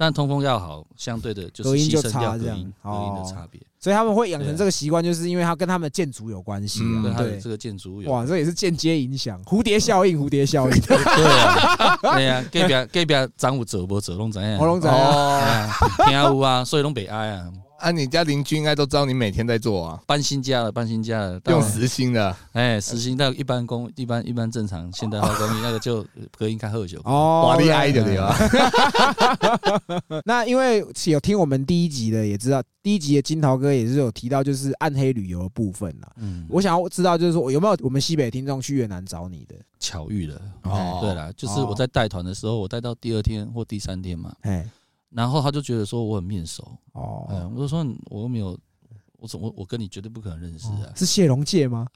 Speaker 3: 但通风要好，相对的就
Speaker 1: 隔
Speaker 3: 是
Speaker 1: 音就
Speaker 3: 牺牲掉
Speaker 1: 差
Speaker 3: 隔
Speaker 1: 这样
Speaker 3: 音隔音
Speaker 1: 哦
Speaker 3: 的差别，
Speaker 1: 所以他们会养成这个习惯，就是因为它跟他们的建筑有关系
Speaker 2: 嗯
Speaker 3: 跟
Speaker 1: 啊，
Speaker 3: 它的
Speaker 1: 对
Speaker 3: 这。个建筑物有
Speaker 1: 哇，这也是间接影响，蝴蝶效应，蝴蝶效应，
Speaker 3: 对啊，对啊，隔壁隔壁张有走无走拢知影，
Speaker 1: 喉咙怎样？
Speaker 2: 哦，
Speaker 3: 听有啊，所以拢北哀啊，
Speaker 2: 啊，你家邻居应该都知道你每天在做啊，
Speaker 3: 搬新家了，搬新家了，到
Speaker 2: 用实心的，
Speaker 3: 哎，实行到一般工一般一般正常现代化工艺那个就隔音开喝酒，
Speaker 1: 哦，
Speaker 2: 哇，厉害的对吧？
Speaker 1: 那因为有听我们第一集的也知道，第一集的金桃哥也是有提到，就是暗黑旅游的部分啦。
Speaker 3: 嗯，
Speaker 1: 我想要知道，就是说有没有我们西北听众去越南找你的？
Speaker 3: 巧遇了。
Speaker 2: 哦，
Speaker 3: 对，啦，就是我在带团的时候，我带到第二天或第三天嘛，
Speaker 1: 哎，
Speaker 3: 然后他就觉得说我很面熟，
Speaker 1: 哦，
Speaker 3: 嗯，我就说嗯我又没有，我怎么我跟你绝对不可能认识啊？
Speaker 1: 是谢龙介吗？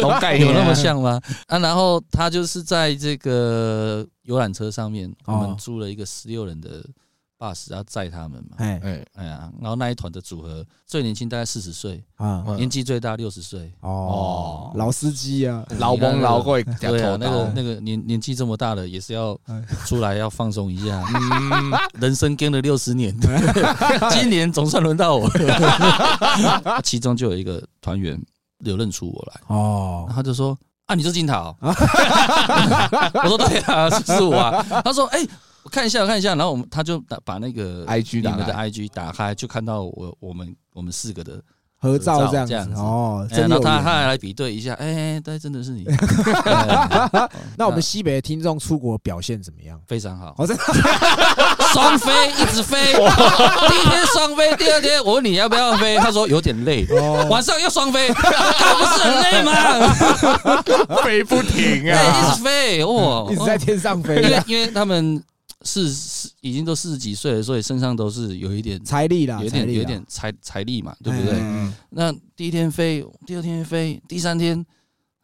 Speaker 2: 龙盖
Speaker 3: 有那么像吗？ <laughs> 啊，然后他就是在这个游览车上面，我
Speaker 1: 哦
Speaker 3: 们租了一个十六人的 bus 要载他们嘛。
Speaker 1: 哎
Speaker 2: 哎
Speaker 3: 哎呀，然后那一团的组合最年轻大概四十岁，
Speaker 1: 啊
Speaker 2: 嗯
Speaker 3: 年纪最大六十岁。
Speaker 1: 哦
Speaker 2: 哦，
Speaker 1: 老司机啊，
Speaker 2: 老崩老贵，假
Speaker 3: 对啊
Speaker 2: 头，
Speaker 3: 那个
Speaker 2: 刀。
Speaker 3: 那个年年纪这么大了，也是要
Speaker 1: 哎
Speaker 3: 出来要放松一
Speaker 1: <laughs>
Speaker 3: 下。
Speaker 2: <laughs> 嗯，
Speaker 3: 人生跟了六十年，今年总算轮到我 <laughs> 了。其中就有一个团员有认出我来，然后
Speaker 1: 哦，
Speaker 3: 他就说：“啊，你就是金桃。” <laughs> 我说：“对啊，是我啊。”他说：“哎、我看一下，我看一下。”然后我们他就打把那个
Speaker 2: IG
Speaker 3: 你
Speaker 2: 打
Speaker 3: 们
Speaker 2: <laughs>
Speaker 3: 的
Speaker 2: 开，
Speaker 3: IG 打开，就看到我我们我们四个的，
Speaker 1: 合照这
Speaker 3: 合照这
Speaker 1: 样
Speaker 3: 样
Speaker 1: 子
Speaker 3: 子
Speaker 1: 哦，
Speaker 3: 哎
Speaker 1: 真
Speaker 3: 然后
Speaker 1: 有
Speaker 3: 他
Speaker 1: 缘
Speaker 3: 他还来比对一下，哎、对，真的是你。
Speaker 1: <laughs>
Speaker 3: 哎
Speaker 1: 那我们西北的听众出国表现怎么样？
Speaker 3: 非常好，
Speaker 1: 哦，真的
Speaker 3: <laughs> 双飞一直
Speaker 1: <laughs>
Speaker 3: 飞，第一天双飞，第二天我问你要不要飞，他说有点累，
Speaker 1: 哦
Speaker 3: 晚上又双飞，他不是很
Speaker 1: <laughs>
Speaker 3: 累吗？
Speaker 2: 飞不停
Speaker 3: 对，一
Speaker 2: 啊！
Speaker 3: 直飞，哇，
Speaker 1: 哦一直在天上
Speaker 3: 因
Speaker 1: 飞
Speaker 3: 为，因为他们是是已经都四十几岁了，所以身上都是有一点
Speaker 1: 财力啦，
Speaker 3: 有一
Speaker 1: 财
Speaker 3: 点
Speaker 1: 力啊
Speaker 3: 有
Speaker 1: 啦
Speaker 3: 一点财财力嘛，对不对？
Speaker 2: 嗯，
Speaker 3: 那第一天飞，第二天飞，第三天。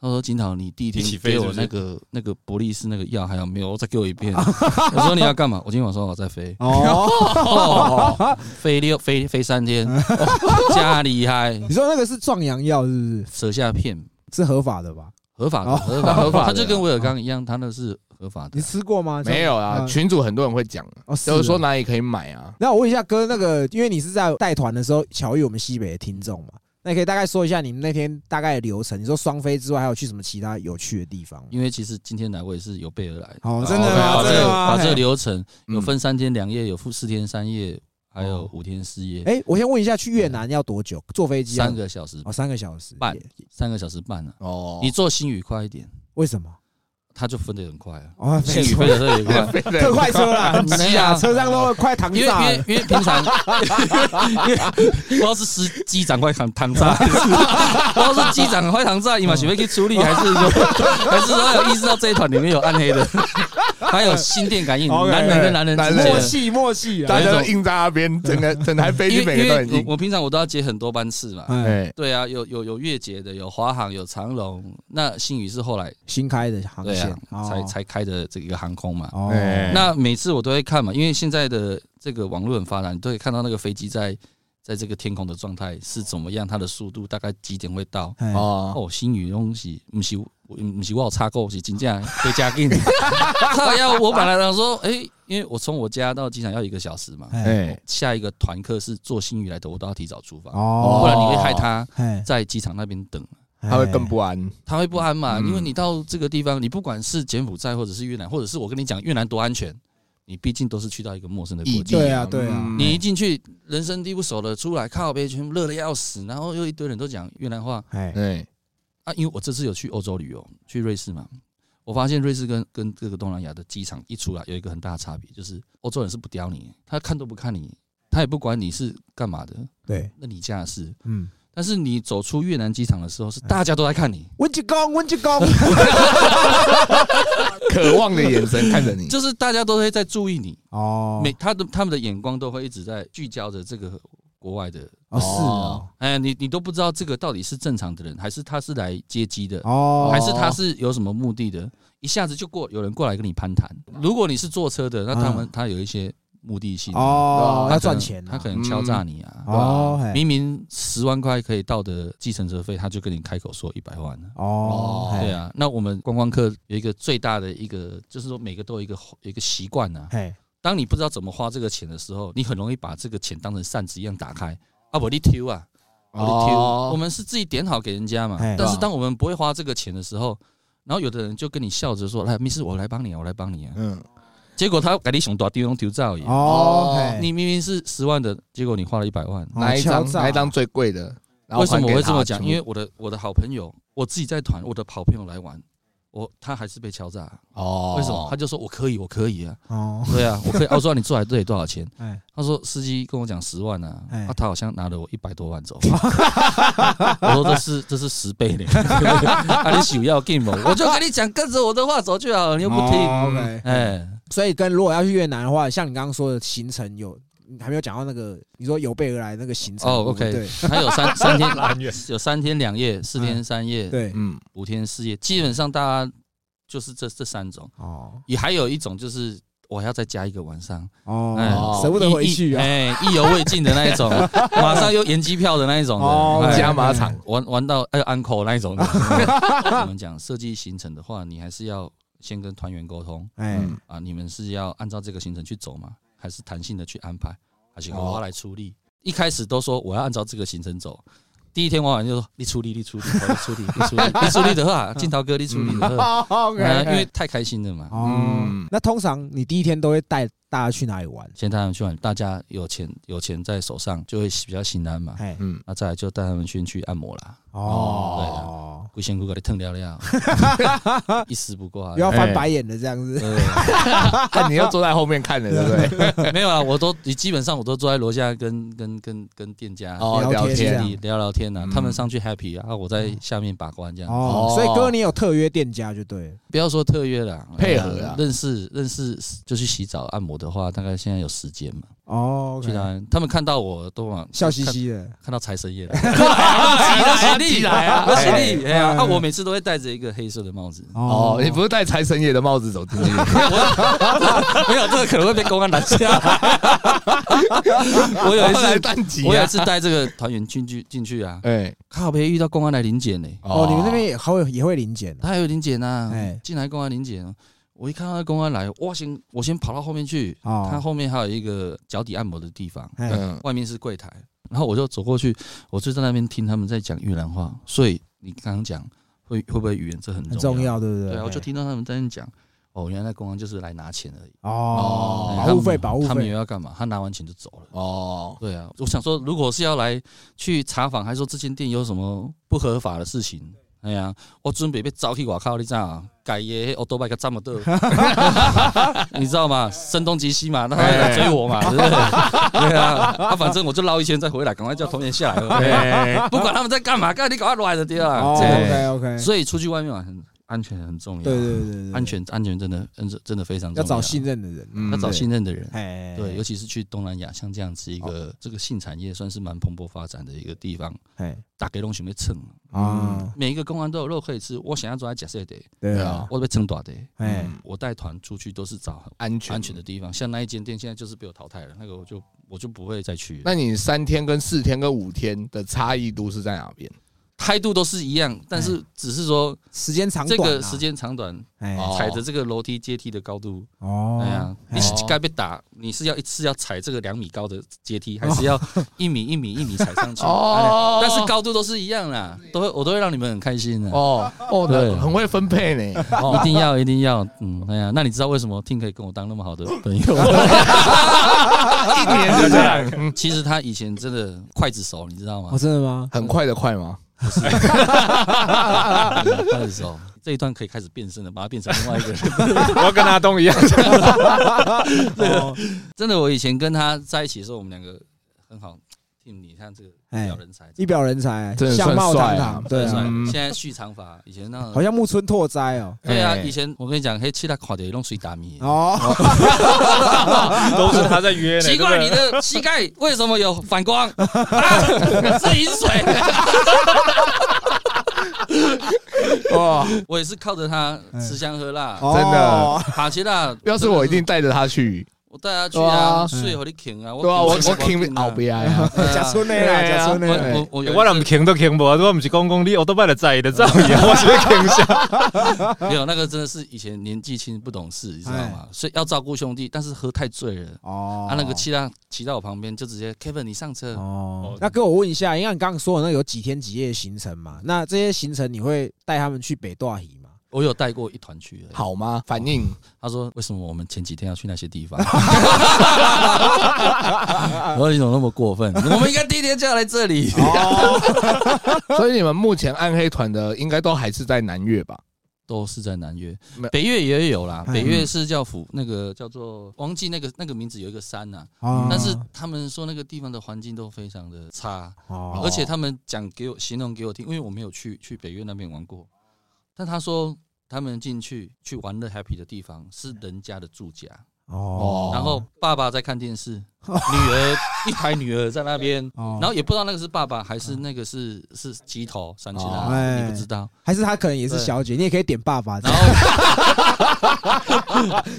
Speaker 3: 他说：“金桃，你第一天
Speaker 4: 一起飞
Speaker 3: 给
Speaker 4: 是
Speaker 3: 我
Speaker 4: 不是
Speaker 3: 那个那个伯利斯那个药还有没有？我再给我
Speaker 1: <laughs>
Speaker 3: 一遍。”我说：“你要干嘛？”我今天晚上我再飞。
Speaker 1: 哦。
Speaker 3: 哦，飞六飞飞三天，哦加厉害，
Speaker 1: 你说那个是壮阳药是不是？
Speaker 3: 舌下片
Speaker 1: 是合法的吧？
Speaker 3: 合法的
Speaker 1: 哦
Speaker 3: 合法的
Speaker 2: 合法的
Speaker 3: 他就跟威尔刚一样，他那是合法的
Speaker 1: 你。吃过吗？
Speaker 2: 没有啊，
Speaker 1: 嗯
Speaker 2: 群主很多人会讲，
Speaker 1: 哦，是
Speaker 2: 就是说
Speaker 1: 啊
Speaker 2: 哪里可以买啊？
Speaker 1: 那我问一下哥，那个因为你是在带团的时候巧遇我们西北的听众嘛，那你可以大概说一下你们那天大概的流程。你说双飞之外，还有去什么其他有趣的地方吗？
Speaker 3: 因为其实今天来我也是有备而来，
Speaker 1: 哦，
Speaker 2: 哦
Speaker 1: 真的
Speaker 2: 对
Speaker 1: 吗？
Speaker 3: 把
Speaker 2: 啊
Speaker 1: 真
Speaker 3: 这
Speaker 1: 的
Speaker 3: 个
Speaker 1: 吗？
Speaker 3: 把这个
Speaker 1: 嘿
Speaker 3: 流程
Speaker 2: 嗯
Speaker 3: 有分三天两夜，有负四天三夜，还有
Speaker 1: 哦
Speaker 3: 五天四夜，
Speaker 1: 哎、我先问一下，去越南要多久？坐飞机要
Speaker 3: 嗯三个小时
Speaker 1: 哦，三个小时
Speaker 3: 半
Speaker 1: 也
Speaker 3: 三个小时半啊。
Speaker 2: 哦， <laughs>
Speaker 3: 你坐新宇快一点，
Speaker 1: 为什么？
Speaker 3: 他就分得很快啊，
Speaker 1: 哦，
Speaker 3: 新
Speaker 1: 飞
Speaker 3: 宇飞得特别快。
Speaker 1: 特快车
Speaker 3: <laughs>
Speaker 1: 啦，
Speaker 3: 没有
Speaker 1: 急啊，车上都快躺
Speaker 3: 因为因
Speaker 1: 炸了
Speaker 3: 为。因为平常，因为不知道是司机长快扛糖炸，还是不知道是机长快糖炸，你嘛准备去处理，还是说还是说有意识到这一团里面有暗黑的，还有心电感应，
Speaker 1: OK，
Speaker 3: 男人跟男人之
Speaker 2: 男
Speaker 1: 默
Speaker 2: 人
Speaker 3: 间。
Speaker 1: 契默契啊！
Speaker 2: 大家都硬在那边，整个整台飞机
Speaker 3: 因为
Speaker 2: 每个
Speaker 3: 因
Speaker 2: 都很
Speaker 3: 为
Speaker 2: 硬
Speaker 3: 我。我平常我都要接很多班次嘛，
Speaker 1: 哎，
Speaker 2: 哎，
Speaker 3: 对啊，有有有越捷的，有华航，有长龙，那新宇是后来
Speaker 1: 新开的航
Speaker 3: 对
Speaker 1: 线
Speaker 3: 啊，
Speaker 1: 哦
Speaker 3: 才才开的这个航空嘛。
Speaker 1: 哦，
Speaker 2: 哎
Speaker 3: 那每次我都会看嘛，因为现在的这个网络很发达，你都可以看到那个飞机在在这个天空的状态是怎么样，它的速度大概几点会到。
Speaker 1: 哎
Speaker 2: 哦，
Speaker 3: 哦，新宇东西不是我不是我有插够是真正回家给你。靠要我本来想说，哎、因为我从我家到机场要一个小时嘛，
Speaker 1: 哎
Speaker 2: 哎，
Speaker 3: 下一个团客是坐新宇来的，我都要提早出发，不
Speaker 1: 哦，
Speaker 3: 然你会害他
Speaker 1: 哎，
Speaker 3: 在机场那边等。
Speaker 2: 他会更不安。
Speaker 3: 他会不安嘛，
Speaker 2: 嗯
Speaker 3: 因为你到这个地方，你不管是柬埔寨或者是越南，或者是我跟你讲越南多安全，你毕竟都是去到一个陌生的国
Speaker 2: 异
Speaker 3: 家
Speaker 2: 地，
Speaker 1: 对啊对啊
Speaker 2: 嗯
Speaker 3: 你一进去人生地不熟的，出来靠背全部热的要死，然后又一堆人都讲越南话
Speaker 1: 哎
Speaker 2: 哎，
Speaker 3: 啊，因为我这次有去欧洲旅游，去瑞士嘛，我发现瑞士跟跟这个东南亚的机场一出来有一个很大的差别，就是欧洲人是不屌你，他看都不看你，他也不管你是干嘛的，
Speaker 1: 对，
Speaker 3: 那你家的事。
Speaker 1: 嗯，
Speaker 3: 但是你走出越南机场的时候，
Speaker 2: 嗯
Speaker 3: 是大家都在看你。
Speaker 1: 温吉公，温吉公，
Speaker 2: 渴望的眼神看着
Speaker 3: <laughs>
Speaker 2: 你。
Speaker 3: 就是大家都会在注意你，
Speaker 1: 哦，
Speaker 3: 每他的他们的眼光都会一直在聚焦着这个国外的，
Speaker 1: 哦是哦，
Speaker 3: 哎，你你都不知道这个到底是正常的人，还是他是来接机的，
Speaker 1: 哦，
Speaker 3: 还是他是有什么目的的，一下子就过有人过来跟你攀谈。如果你是坐车的，那他们他有一些目的性，
Speaker 1: 嗯
Speaker 3: 啊
Speaker 1: 哦要
Speaker 3: 他可能，
Speaker 1: 赚钱啊，
Speaker 3: 他可能敲诈你啊，对吧
Speaker 1: 哦，嘿
Speaker 3: 明明十万块可以到的计程车费，他就跟你开口说一百万了。
Speaker 1: 哦，嘿
Speaker 3: 对，啊，那我们观光客有一个最大的一个，就是说每个都有一个有一个习惯啊呐，
Speaker 1: 嘿，
Speaker 3: 当你不知道怎么花这个钱的时候，你很容易把这个钱当成扇子一样打开啊！我的 Q 啊，我的 Q，、我
Speaker 1: 哦
Speaker 2: 哦
Speaker 3: 们是自己点好给人家嘛
Speaker 1: 哎。
Speaker 2: 对
Speaker 3: 但是
Speaker 2: 啊
Speaker 3: 当我们不会花这个钱的时候，然后有的人就跟你笑着说：“来，miss，我来帮你啊，我来帮你啊。
Speaker 2: 嗯，”
Speaker 3: 结果他给你熊多丢用丢造也，
Speaker 1: 哦，嘿
Speaker 3: 你明明是十万的，结果你花了一百万。
Speaker 1: 哦
Speaker 2: 哪一张
Speaker 1: 敲诈
Speaker 2: 哪一张最贵的？然后
Speaker 3: 为什么我
Speaker 2: 还
Speaker 3: 会
Speaker 2: 给他
Speaker 3: 这么讲？
Speaker 2: 出
Speaker 3: 因为我的我的好朋友，我自己在团，我的好朋友来玩，我他还是被敲诈。
Speaker 2: 哦，
Speaker 3: 为什么？他就说我可以，我可以啊。
Speaker 1: 哦，
Speaker 3: 对啊，我可以。我说你坐来这里多少钱？
Speaker 1: 哎，
Speaker 3: 他说司机跟我讲十万啊，
Speaker 1: 哎
Speaker 3: 啊，他好像拿了我一百多万走。 <laughs> 我说这是这是十倍呢， <laughs> 啊，你想要 game 吗我就跟你讲，跟着我的话走就好了，你又不听。
Speaker 1: 哦，OK
Speaker 3: 哎，
Speaker 1: 所以跟如果要去越南的话，像你刚刚说的行程有，你还没有讲到那个，你说有备而来那个行程
Speaker 3: 哦
Speaker 1: 对不
Speaker 3: ，OK，
Speaker 1: 对
Speaker 3: 他有三 <laughs> 三天
Speaker 4: 拉远，
Speaker 3: 有三天两夜，四天三夜，
Speaker 1: 哎对
Speaker 2: 嗯，
Speaker 3: 五天四夜，基本上大家就是这这三种，
Speaker 1: 哦
Speaker 3: 也还有一种就是我还要再加一个晚上，哎
Speaker 1: 哦，舍不得回去啊，
Speaker 3: 哎，意犹未尽的那一
Speaker 1: <laughs>
Speaker 3: 种，马上又延机票的那一种的，
Speaker 1: 哦
Speaker 3: 哎
Speaker 2: 加码场，
Speaker 3: 玩玩到哎 uncle 那一种的。我们讲设计行程的话，你还是要先跟团员沟通
Speaker 1: 哎
Speaker 2: 嗯
Speaker 3: 啊，你们是要按照这个行程去走吗？还是弹性的去安排？还是由我来出力？一开始都说我要按照这个行程走。第一天玩完就说你出力，你出力，我你出力，你出力，你出力的话，镜头哥你出力的 <laughs>
Speaker 2: 哦
Speaker 3: 话，
Speaker 1: ，OK，
Speaker 3: 哎因为太开心了嘛。
Speaker 1: 哦
Speaker 2: 嗯，
Speaker 1: 那通常你第一天都会带大家去哪里玩？
Speaker 3: 先带他们去玩，大家有钱有钱在手上，就会比较心安嘛。
Speaker 1: 哎，
Speaker 2: <laughs> 嗯，
Speaker 3: 那再来就带他们先去按摩啦，
Speaker 1: 哦，
Speaker 3: 龟仙姑给你烫了 <laughs> 了，一丝不挂啊
Speaker 1: 不。要翻白眼的这样子，
Speaker 3: 呃，
Speaker 2: 那哎你又坐在后面看了，对不
Speaker 3: <laughs>
Speaker 2: 对？
Speaker 3: 没有啊，我都你基本上我都坐在楼下跟跟跟跟店家
Speaker 2: 哦，
Speaker 1: 聊
Speaker 2: 聊
Speaker 1: 天这
Speaker 2: 天
Speaker 1: 样，
Speaker 3: 里聊聊天呐
Speaker 2: 嗯，
Speaker 3: 他们上去 happy 啊，我在下面把关这样，
Speaker 1: 哦，所以哥你有特约店家就对了，
Speaker 3: 不要说特约了，
Speaker 2: 配合啊
Speaker 3: 呃认识认识就去洗澡按摩的话，大概现在有时间嘛，
Speaker 1: 哦
Speaker 3: 去
Speaker 1: ，OK，
Speaker 3: 他他们看到我都往
Speaker 1: 笑嘻嘻的，
Speaker 3: 看到财神爷了，来
Speaker 2: 起来啊
Speaker 3: 恭喜你！哎呀，
Speaker 1: 哎
Speaker 3: 啊，我每次都会戴着一个黑色的帽子， <laughs>
Speaker 2: 哦，你不是戴财神爷的帽子走进去？
Speaker 3: 没有这个可能会被公安拦下来。 <laughs> 我有
Speaker 2: <laughs>
Speaker 3: 一
Speaker 2: 后来
Speaker 3: 次，
Speaker 2: 淡季
Speaker 3: 我有一
Speaker 2: 啊，
Speaker 3: 次带这个团员进去进去啊，
Speaker 2: 哎，
Speaker 3: 靠北遇到公安来临检呢，
Speaker 1: 哦，你们那边也会也会临检，
Speaker 3: 他还有临检呐
Speaker 1: 哎，
Speaker 3: 进来公安临检，哦我一看到公安来，我先我先跑到后面去，
Speaker 1: 哦
Speaker 3: 他后面还有一个脚底按摩的地方，
Speaker 1: 哎，
Speaker 2: 嗯，
Speaker 3: 外面是柜台，然后我就走过去，我就在那边听他们在讲越南话，所以你刚刚讲会会不会语言这很
Speaker 1: 很
Speaker 3: 重
Speaker 1: 重
Speaker 3: 要。
Speaker 1: 要，对不对？哎
Speaker 3: 对啊，我就听到他们在那讲，哦，原来那公安就是来拿钱而已。
Speaker 1: 哦，
Speaker 3: 哎
Speaker 1: 保护费，
Speaker 3: 他
Speaker 1: 保
Speaker 3: 们
Speaker 1: 护
Speaker 3: 他们
Speaker 1: 费
Speaker 3: 也，要干嘛？他拿完钱就走了。
Speaker 2: 哦，
Speaker 3: 对啊，我想说，如果是要来去查访，还说这间店有什么不合法的事情，哎呀、我准备被招去外靠，你知道吗？改耶，我都把个这么多，你知道吗？声东击西嘛，那他会来追我嘛，对不对？对啊，啊，反正我就绕一圈再回来，赶快叫同学下来，
Speaker 2: 哎，
Speaker 3: 不管他们在干嘛，干你赶快来就对了。
Speaker 1: 哦
Speaker 3: 这个
Speaker 1: ，OK OK，
Speaker 3: 所以出去外面玩很安全很重要，
Speaker 1: 对对对对，
Speaker 3: 安全安全真的真的真的非常重
Speaker 1: 要
Speaker 3: 要，
Speaker 1: 找信任的人，
Speaker 2: 嗯
Speaker 3: 要找信任的人。
Speaker 1: 哎，哦
Speaker 3: 对，尤其是去东南亚，像这样子一个这个性产业算是蛮蓬勃发展的一个地方，
Speaker 1: 哎
Speaker 3: 打给龙熊被蹭，
Speaker 1: 啊，
Speaker 3: 每一个公安都有肉可以吃。我想要做在假设的，
Speaker 1: 对
Speaker 2: 对
Speaker 1: 啊
Speaker 2: 啊，
Speaker 3: 我被蹭大的。
Speaker 1: 哎，
Speaker 3: 我带团出去都是找
Speaker 2: 嗯安全
Speaker 3: 安全的。地方，像那一间店现在就是被我淘汰了，那个我就我就不会再去了。
Speaker 2: 那你三天跟四天跟五天的差异度是在哪边？
Speaker 3: 态度都是一样，但是只是说
Speaker 1: 时间哎长
Speaker 3: 这
Speaker 1: 短
Speaker 3: 个
Speaker 1: 啊
Speaker 3: 时，间长短，
Speaker 1: 哎，
Speaker 2: 哦
Speaker 3: 踩着这个楼梯阶梯的高度，
Speaker 1: 哦，
Speaker 3: 哎呀，你
Speaker 1: 哎
Speaker 3: 是该被打，你是要一次要踩这个两米高的阶梯，
Speaker 1: 哦
Speaker 3: 还是要一米一米一米踩上去？
Speaker 2: 哦
Speaker 3: 哎但是高度都是一样啦，都会我都会让你们很开心的。
Speaker 2: 哦哦，
Speaker 3: 对
Speaker 2: 很会分配呢。
Speaker 3: 一定要，一定要，嗯，哎呀，那你知道为什么 Tim 可以跟我当那么好的朋友？
Speaker 2: 一年就这
Speaker 4: <laughs>
Speaker 2: 样，
Speaker 3: <laughs> 其实他以前真的刽子手，你知道
Speaker 1: 哦，
Speaker 3: 吗？
Speaker 1: 真的吗？
Speaker 3: <laughs>
Speaker 2: 很快的快吗？
Speaker 3: 嗯刽子手这一段可以开始变身了，把他变成另外一个人。
Speaker 2: 我要跟阿东一样。
Speaker 3: 啊
Speaker 1: 哦
Speaker 3: 真的，我以前跟他在一起的时候，我们两个很好。Tim，你看这个
Speaker 1: 哎
Speaker 3: 小人才，
Speaker 1: 一表人才，
Speaker 2: 真的
Speaker 1: 相貌堂
Speaker 2: 算帅啊
Speaker 1: 堂，对
Speaker 3: 帅
Speaker 1: 啊，
Speaker 2: 嗯
Speaker 3: 现在蓄长发，以前那
Speaker 1: 好像木村拓哉哦，
Speaker 3: 对啊，
Speaker 2: 哎
Speaker 3: 以前我跟你讲，黑七他垮的弄水打米。
Speaker 1: 哦，
Speaker 4: 都是他在约呢。
Speaker 3: 奇
Speaker 4: 对
Speaker 3: 怪，
Speaker 4: 不
Speaker 3: 你
Speaker 4: 对
Speaker 3: 的膝盖为什么有反光？ <laughs> 啊、是饮水。
Speaker 2: 哇，
Speaker 3: 我也是靠着他吃香喝辣，
Speaker 1: 哦
Speaker 2: 真的
Speaker 3: 卡其拉。
Speaker 2: 嗯哦要是我一定带着他去。
Speaker 3: 我带他去啊，
Speaker 2: 哇
Speaker 3: 睡和你啃啊，
Speaker 2: 对啊，我我
Speaker 3: 啃
Speaker 2: king 熬
Speaker 3: <laughs> 对
Speaker 2: 边啊。
Speaker 3: 啊
Speaker 1: 假村内啦，
Speaker 2: 对啊
Speaker 1: 假村内
Speaker 3: 我
Speaker 1: 啦，
Speaker 3: 我我有
Speaker 4: 哎我让停都停不，我不是公公你我都拜了在的造谣，我是停下。
Speaker 3: 没有那个真的是以前年纪轻不懂事，你知道
Speaker 2: 哎
Speaker 3: 吗？所以要照顾兄弟，但是喝太醉了，
Speaker 1: 哦
Speaker 3: 啊他那个气他骑到我旁边就直接 Kevin 你上车，
Speaker 1: 哦，那哥，我问一下，因为你刚刚说的那有几天几夜的行程嘛？那这些行程你会带他们去北大屿吗？
Speaker 3: 我有带过一团去而
Speaker 2: <laughs>
Speaker 3: 已，
Speaker 2: 好吗？反应
Speaker 3: 他说：“为什么我们前几天要去那些地
Speaker 2: <laughs>
Speaker 3: 方？”我说：“你怎么那么过分？我们应该第一天就要来这里。
Speaker 2: 所以你们目前暗黑团的应该都还是在南越 <laughs> 吧？”
Speaker 3: 都是在南越
Speaker 2: 没有，
Speaker 3: 北越也有啦。
Speaker 1: 嗯
Speaker 3: 北越是叫府那个叫做忘记那个那个名字有一个山呐、
Speaker 1: 哦
Speaker 3: 嗯但是他们说那个地方的环境都非常的差，
Speaker 1: 哦
Speaker 3: 而且他们讲给我形容给我听，因为我没有去去北越那边玩过，但他说他们进去去玩乐 happy 的地方是人家的住家，
Speaker 1: 哦，
Speaker 3: 然后爸爸在看电视，
Speaker 1: <laughs>
Speaker 3: 女儿一台女儿在那边，
Speaker 1: 哦
Speaker 3: 然后也不知道那个是爸爸还是那个是是鸡头闪起
Speaker 2: 哦
Speaker 3: 来，
Speaker 1: 哎
Speaker 3: 你不知道。
Speaker 1: 还是他可能也是
Speaker 3: 对
Speaker 1: 小姐，你也可以点爸爸这
Speaker 3: 然
Speaker 1: 样，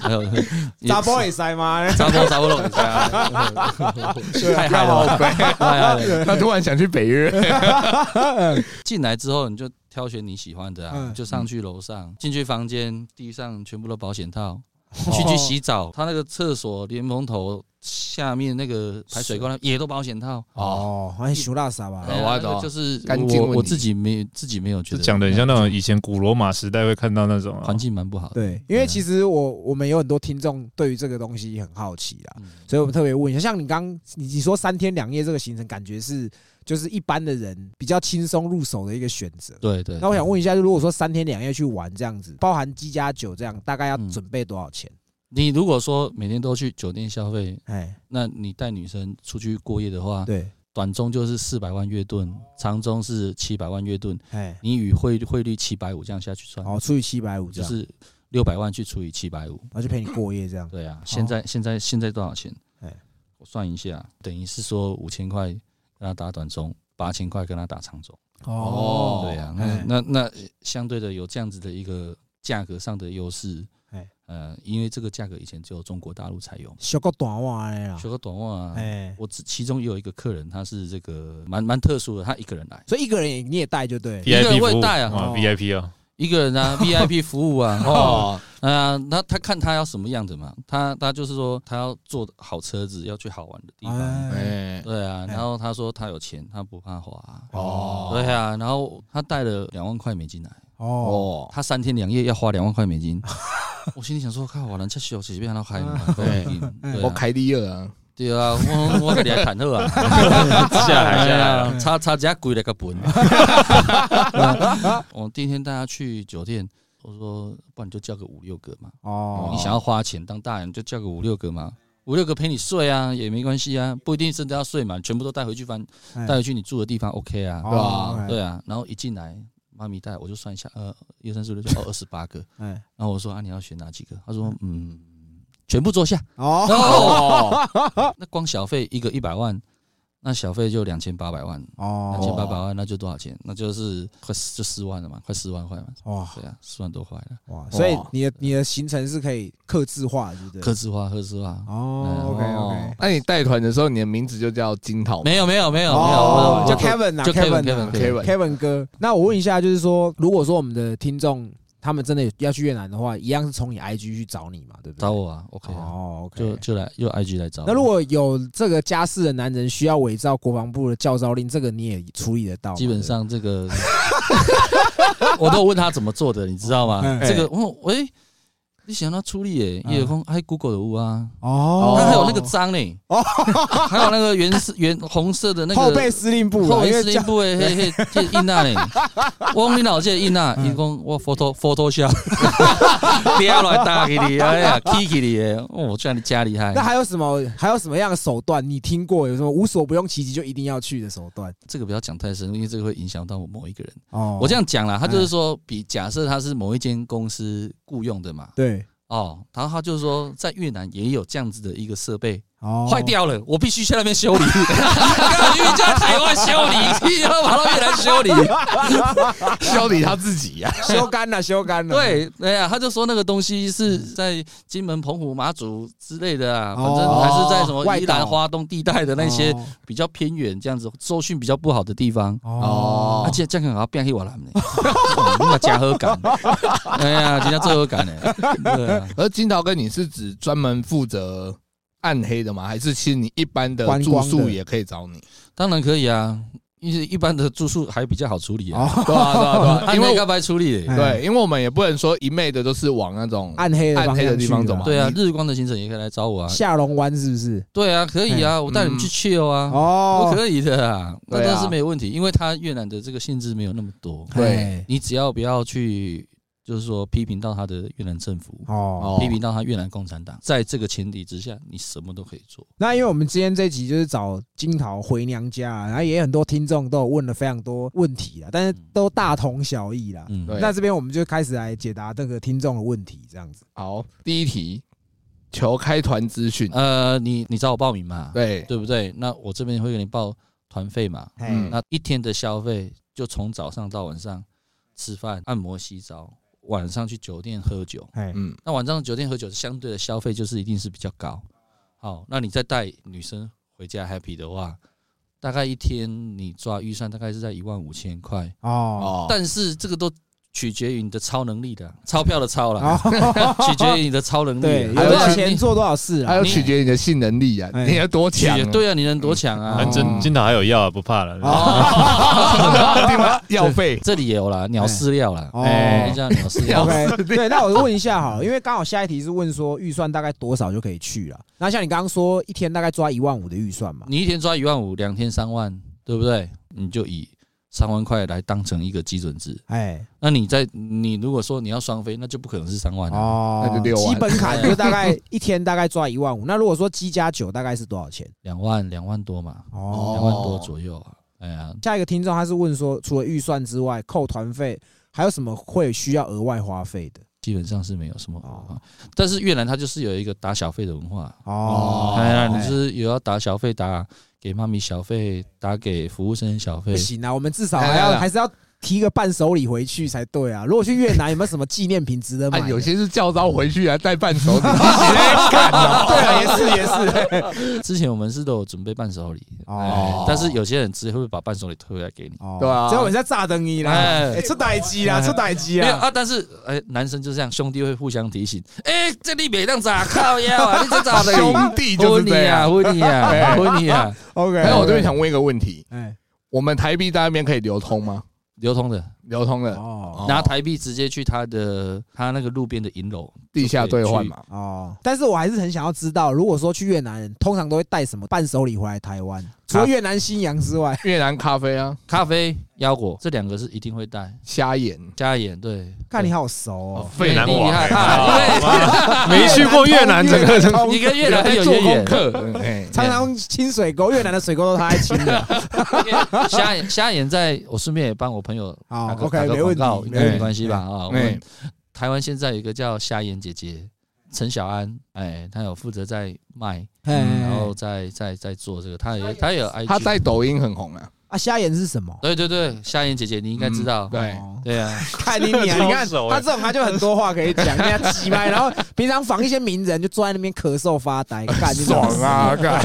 Speaker 3: 后，还 <laughs> 有
Speaker 1: 砸波也塞吗？
Speaker 3: 杂波杂波龙，
Speaker 1: <laughs>
Speaker 3: 哎
Speaker 1: 啊
Speaker 3: 太嗨了， <laughs> 太嗨了！
Speaker 2: 他突然想去北约，
Speaker 3: 进来之后你就挑选你喜欢的啊，
Speaker 1: 嗯哦
Speaker 3: 就上去楼上，进去房间，地上全部都保险套， <laughs> 去去洗澡，他那个厕所莲蓬头下面那个排水沟那也都保险套。
Speaker 1: 哦，好像熊大傻吧
Speaker 2: 懂？啊
Speaker 3: 哎呀
Speaker 2: 我
Speaker 3: 那个
Speaker 2: 懂
Speaker 3: 就是
Speaker 2: 干净
Speaker 3: 我
Speaker 2: 问
Speaker 3: 我
Speaker 2: 题
Speaker 3: 自己没有自己没有觉
Speaker 4: 就
Speaker 3: 得
Speaker 4: 讲的很像那种以前古罗马时代会看到那种啊
Speaker 3: 环境蛮不好的。
Speaker 1: 对，因为其实我我们有很多听众对于这个东西很好奇啦，
Speaker 3: 嗯
Speaker 1: 所以我们特别问一下，像你刚你你说三天两夜这个行程，感觉是就是一般的人比较轻松入手的一个选择。
Speaker 3: 对对，
Speaker 1: 那我想问一下，就如果说三天两夜去玩这样子，包含机加酒这样，大概要
Speaker 3: 嗯
Speaker 1: 准备多少钱？
Speaker 3: 你如果说每天都去酒店消费，
Speaker 1: 哎，
Speaker 3: 那你带女生出去过夜的话，
Speaker 1: 对，
Speaker 3: 短中就是四百万月盾，长中是七百万月盾，
Speaker 1: 哎，
Speaker 3: 你与汇汇率七百五这样下去算，
Speaker 1: 哦，除以七百五这
Speaker 3: 就
Speaker 1: 样，
Speaker 3: 是六百万去除以七百五，
Speaker 1: 然后就陪你过夜这样。
Speaker 3: 对啊，现在现在现在多少钱
Speaker 1: 哦哎？
Speaker 3: 我算一下，等于是说五千块跟他打短中，八千块跟他打长中。
Speaker 1: 哦，
Speaker 3: 对啊，
Speaker 1: 哎
Speaker 3: 那那那相对的有这样子的一个价格上的优势
Speaker 1: 哎，
Speaker 3: 呃，因为这个价格以前只有中国大陆才有。
Speaker 1: 小个短袜的啦
Speaker 3: 学，个短袜啊，
Speaker 1: 哎，
Speaker 3: 我只其中也有一个客人，他是这个蛮蛮特殊的，他一个人来，
Speaker 1: 所以一个人也你也带就对了。
Speaker 3: 一个人
Speaker 4: ，VIP 服
Speaker 3: 会
Speaker 4: 务
Speaker 3: 带啊
Speaker 4: 哇
Speaker 1: 哦
Speaker 4: ，VIP 啊，
Speaker 3: 一个人啊，VIP 服务啊，哦，
Speaker 2: 哦，
Speaker 3: 啊，那他看他要什么样子嘛，他他就是说他要坐好车子，要去好玩的地方，
Speaker 1: 哎，
Speaker 2: 哎，
Speaker 3: 对啊，
Speaker 1: 哎
Speaker 3: 然后他说他有钱，他不怕花啊，
Speaker 2: 哦
Speaker 3: 对啊，然后他带了两万块美金来，
Speaker 1: 哦，
Speaker 2: 哦，
Speaker 3: 他三天两夜要花两万块美金， <laughs> 我心里想说，靠，我能吃小随便让他开嘛，
Speaker 2: 对
Speaker 3: 对
Speaker 2: 我
Speaker 3: 啊，
Speaker 2: 凯利尔啊，
Speaker 3: 对啊，我我给你还忐忑啊。
Speaker 4: 下来下来，
Speaker 3: 啊，差差加贵了
Speaker 1: <laughs>
Speaker 3: 个本。我第一天带他去酒店，我说不然你就叫个五六个嘛，
Speaker 1: 哦，
Speaker 3: 你想要花钱当大人就叫个五六个嘛，五六个陪你睡啊也没关系啊，不一定真的要睡嘛，全部都带回去翻，
Speaker 1: 哎哦
Speaker 3: 带回去你住的地方 OK 啊，
Speaker 1: 对
Speaker 2: 吧
Speaker 3: 对啊，然后一进来。妈咪带我就算一下，呃，一二三四五六七八，哦，二十八个。
Speaker 1: 哎，
Speaker 3: 然后我说啊，你要选哪几个？他说，嗯，全部坐下。
Speaker 1: 哦，
Speaker 3: 哦，那光小费一个一百万，那小费就两千八百万。两千
Speaker 1: 哦，
Speaker 3: 八百万，那就多少钱？那就是快四就四万了嘛，快四万块嘛，
Speaker 1: 哇
Speaker 3: 对啊，四万多块了。
Speaker 1: 哇，所以你的你的行程是可以克制化的，对不对？
Speaker 3: 克制嗯化，克制化。
Speaker 1: 哦，OK OK，
Speaker 2: <laughs> 那你带团的时候，你的名字就叫金桃吗
Speaker 3: 没有没有没有没有，
Speaker 1: 哦
Speaker 3: 我，
Speaker 1: 叫
Speaker 3: 我
Speaker 1: Kevin 啊
Speaker 3: 就 Kevin
Speaker 1: ，Kevin 啊
Speaker 2: Kevin
Speaker 1: Kevin 哥，那我问一下，就是说，如果说我们的听众他们真的要去越南的话，一样是从你 IG 去找你嘛，对不对？
Speaker 3: 找我啊，OK 啊，
Speaker 1: 哦
Speaker 3: 就
Speaker 1: ，OK。
Speaker 3: 就来用 IG 来找我。
Speaker 1: 那如果有这个家世的男人需要伪造国防部的教招令，这个你也处理得到吗？
Speaker 3: 基本上
Speaker 1: <laughs>
Speaker 3: 这个，我都有问他怎么做的，你知道吗
Speaker 1: 嗯？
Speaker 3: 这个我喂，你想到出力耶，叶峰还 Google 的屋啊，
Speaker 1: 对哦，
Speaker 3: 他还有那个章呢，还有那个原色原红色的那个
Speaker 1: 后备司令部
Speaker 3: 后
Speaker 1: 啊，因为
Speaker 3: 司令
Speaker 1: 教
Speaker 3: 部诶，迄
Speaker 1: <laughs>
Speaker 3: 迄迄印娜咧，我讲你老这印
Speaker 1: 嗯
Speaker 3: 娜，伊讲我 photo
Speaker 1: <laughs>
Speaker 3: photo shop，嗲来打给你，哎呀，key 给你诶，哦，这样你加厉害
Speaker 1: 那，还有什么还有什么样的手段你听过？有什么无所不用其极就一定要去的手段？
Speaker 3: 这个不要讲太深，因为这个会影响到我某一个人。
Speaker 1: 哦
Speaker 3: 我这样讲啦，他就是说，比假设他是某一间公司雇佣的嘛，
Speaker 1: 对
Speaker 3: 哦，然后他就是说，在越南也有这样子的一个设备，
Speaker 1: 哦，
Speaker 3: 坏掉了，我必须去那边修理， <laughs> 因为就在台湾修理，然后跑到越南修理。
Speaker 2: <laughs> 修理他自己呀，
Speaker 1: <laughs>
Speaker 2: 啊
Speaker 1: 修干了，修干了。，
Speaker 3: 对，哎呀，他就说那个东西是在金门、澎湖、马祖之类的啊，反
Speaker 1: 嗯哦
Speaker 3: 正还是在什么
Speaker 1: 外
Speaker 3: 宜兰、
Speaker 1: 岛
Speaker 3: 花东地带的那些比较偏远这样子，收讯比较不好的地方。
Speaker 1: 哦，
Speaker 3: 啊，这这样好变黑瓦兰呢， <laughs> 你嘛加喝
Speaker 1: <laughs>
Speaker 3: 感，哎呀，人家最喝感呢，对啊，
Speaker 2: 而金桃哥，你是指专门负责暗黑的吗？还是其实你一般的
Speaker 1: 观
Speaker 2: 住
Speaker 1: 光的
Speaker 2: 宿也可以找你？
Speaker 3: 当然可以啊，因为一般的住宿还比较好处理啊，
Speaker 1: 哦，
Speaker 2: 对啊，对啊，
Speaker 1: <laughs>
Speaker 2: 对啊，
Speaker 3: 因
Speaker 2: 因
Speaker 3: 为
Speaker 2: 为
Speaker 3: 要不要处理？
Speaker 1: 哎啊
Speaker 2: 对，因为我们也不能说一昧的都是往那种
Speaker 1: 暗黑的
Speaker 2: 暗黑的地方走嘛
Speaker 1: 对，
Speaker 3: 对啊，日光的行程也可以来找我啊，
Speaker 1: 下龙湾是不是？
Speaker 3: 对啊，可以啊，我带你们去 chill 啊，
Speaker 1: 哎哦
Speaker 3: 我，可以的啊，那
Speaker 2: 对啊
Speaker 3: 倒是没有问题，因为他越南的这个限制没有那么多，
Speaker 1: 对，啊
Speaker 3: 你只要不要去，就是说批评到他的越南政府，
Speaker 1: 哦。
Speaker 2: 哦
Speaker 3: 批评到他越南共产党，在这个前提之下，你什么都可以做。
Speaker 1: 那因为我们今天这集就是找金桃回娘家啊，然后也有很多听众都有问了非常多问题啦，但是都大同小异啦。
Speaker 3: 嗯，
Speaker 2: 对
Speaker 1: 那这边我们就开始来解答这个听众的问题，这样子。
Speaker 2: 好。第一题，求开团资讯。
Speaker 1: 啊
Speaker 3: 呃，你你找我报名嘛，
Speaker 2: 对，
Speaker 3: 对不对？那我这边会给你报团费嘛，
Speaker 2: 嗯
Speaker 1: 哎，
Speaker 3: 那一天的消费就从早上到晚上吃饭、按摩、洗澡，晚上去酒店喝酒。
Speaker 1: 哎，
Speaker 2: 嗯，
Speaker 3: 那晚上酒店喝酒相对的消费就是一定是比较高。好，那你再带女生回家 happy 的话，大概一天你抓预算大概是在一万五千块，
Speaker 1: 哦，
Speaker 2: 哦，
Speaker 3: 但是这个都取决于你的超能力的，钞票的钞啦，
Speaker 1: 哦
Speaker 3: <laughs> 取决于你的超能
Speaker 1: 对，
Speaker 3: 力
Speaker 1: 有
Speaker 3: 啦。
Speaker 2: 还有
Speaker 1: 多少
Speaker 3: 取
Speaker 1: 钱
Speaker 3: 啊你
Speaker 1: 做多少事
Speaker 2: 还
Speaker 1: 啊
Speaker 2: 有？取决你的性能力啊，
Speaker 1: 哎
Speaker 2: 你要多
Speaker 3: 取
Speaker 2: 强啊？
Speaker 3: 对啊，你能多强啊？
Speaker 4: 反正
Speaker 1: 哦
Speaker 4: 金导还有药啊，不怕了。
Speaker 2: 哦另外
Speaker 1: 哎
Speaker 2: 药费
Speaker 3: 这里也有啦，鸟饲料啦，
Speaker 1: 哦
Speaker 3: 哎，
Speaker 2: <laughs> 哎
Speaker 3: 叫鸟饲
Speaker 1: <laughs>
Speaker 3: 料。
Speaker 1: OK，对，那我就问一下好了，因为刚好下一题是问说预算大概多少就可以去了。那像你刚刚说一天大概抓一万五的预算嘛？
Speaker 3: 你一天抓一万五，两天三万，对不对？你就以三万块来当成一个基准值。
Speaker 1: 哎，
Speaker 3: 那你在你如果说你要双飞，那就不可能是三万啊。
Speaker 1: 哦，
Speaker 2: 嗯那就六万
Speaker 1: 基本卡就大概一天大概抓一万五。那如果说鸡加酒大概是多少钱？
Speaker 3: 两万两万多嘛，
Speaker 1: 哦，
Speaker 3: 两万多左右啊。哎呀，
Speaker 1: 下一个听众他是问说，除了预算之外，扣团费还有什么会需要额外花费的？
Speaker 3: 基本上是没有什么
Speaker 1: 哦
Speaker 3: 啊。但是越南它就是有一个打小费的文化。
Speaker 1: 哦，
Speaker 3: 哎呀，你就是有要打小费，打给妈咪小费，打给服务生小费
Speaker 1: 不。行啊，我们至少还
Speaker 2: 来来
Speaker 1: 要
Speaker 2: 来
Speaker 1: 还是要提个伴手礼回去才对啊。如果去越南有没有什么纪念品值得买
Speaker 2: 啊，
Speaker 1: 的？
Speaker 2: 有些是教招回去啊，带伴
Speaker 1: <laughs>
Speaker 2: 手礼。
Speaker 1: 对啊，也是也是。
Speaker 3: 之前我们是都有准备伴手礼，
Speaker 1: 哦
Speaker 2: 啊
Speaker 3: 哎但是有些人直接会把伴手礼退回来给你。
Speaker 1: 哦
Speaker 2: 对啊
Speaker 1: 结果人家炸灯一啦，
Speaker 3: 哎
Speaker 1: 哎，出歹机啦，
Speaker 3: 哎
Speaker 1: 出歹机
Speaker 3: 没有
Speaker 1: 啦。
Speaker 3: 啊，但是哎、男生就是这样，兄弟会互相提醒。哎、这里别这样子啊，靠腰
Speaker 2: <laughs>
Speaker 3: 啊，你这咋的？
Speaker 2: 兄弟就是
Speaker 3: 婚
Speaker 2: 这
Speaker 3: 你啊，
Speaker 2: 样。哎 <laughs>
Speaker 3: 婚你啊，婚你啊，
Speaker 1: OK，
Speaker 2: 还有，我这边想问一个问题：
Speaker 1: 哎，
Speaker 2: 我们台币在那边可以流通吗？
Speaker 3: 流通的，
Speaker 2: 流通的
Speaker 1: 哦
Speaker 2: 哦
Speaker 3: 拿台币直接去他的他那个路边的银楼，
Speaker 2: 地下兑换嘛？
Speaker 1: 哦，但是我还是很想要知道，如果说去越南人，通常都会带什么伴手礼回来台湾？除
Speaker 2: 啊
Speaker 1: 了越南新娘之外，
Speaker 2: 越南咖啡啊，
Speaker 3: 咖啡、腰果这两个是一定会带。
Speaker 2: 虾眼。
Speaker 3: 加盐对，
Speaker 1: 看你好熟哦。
Speaker 4: 费南
Speaker 3: 厉
Speaker 4: 王
Speaker 3: 害
Speaker 4: 哎
Speaker 2: <laughs>
Speaker 3: 啊，对
Speaker 4: <laughs> 哇没去过越南，整个
Speaker 1: 通
Speaker 3: 你跟越南很有
Speaker 2: 做
Speaker 3: 渊
Speaker 2: 功
Speaker 3: 源。
Speaker 2: 课，哎
Speaker 1: 常常清水沟，越南的水沟都他在清的。
Speaker 3: <laughs> 虾眼虾眼在，我顺便也帮我朋友
Speaker 1: 好
Speaker 3: 打个
Speaker 1: 哦，OK，
Speaker 3: 打个
Speaker 1: 没问
Speaker 3: 广告，
Speaker 1: 题，
Speaker 3: 应
Speaker 1: 没问题
Speaker 3: 该没关系吧？啊，我们
Speaker 2: 哎
Speaker 3: 台湾现在有一个叫虾眼姐姐陈小安，哎，她有负责在卖，
Speaker 1: 哎哎
Speaker 3: 然
Speaker 1: 哎
Speaker 3: 后在在在做这个，她也她也有 IG，
Speaker 2: 他在抖音很红啊。
Speaker 1: 啊，虾眼是什么？
Speaker 3: 对对对，虾眼姐姐你应该知道
Speaker 2: 嗯，对，
Speaker 1: 哦
Speaker 3: 对啊，
Speaker 1: 看你娘！你看
Speaker 4: 超熟
Speaker 1: 他
Speaker 4: 欸
Speaker 1: 这种，他就很多话可以讲，人家挤麦，然后平常仿一些名人，就坐在那边咳嗽发 <laughs> 呆，干你
Speaker 2: 爽！啊！干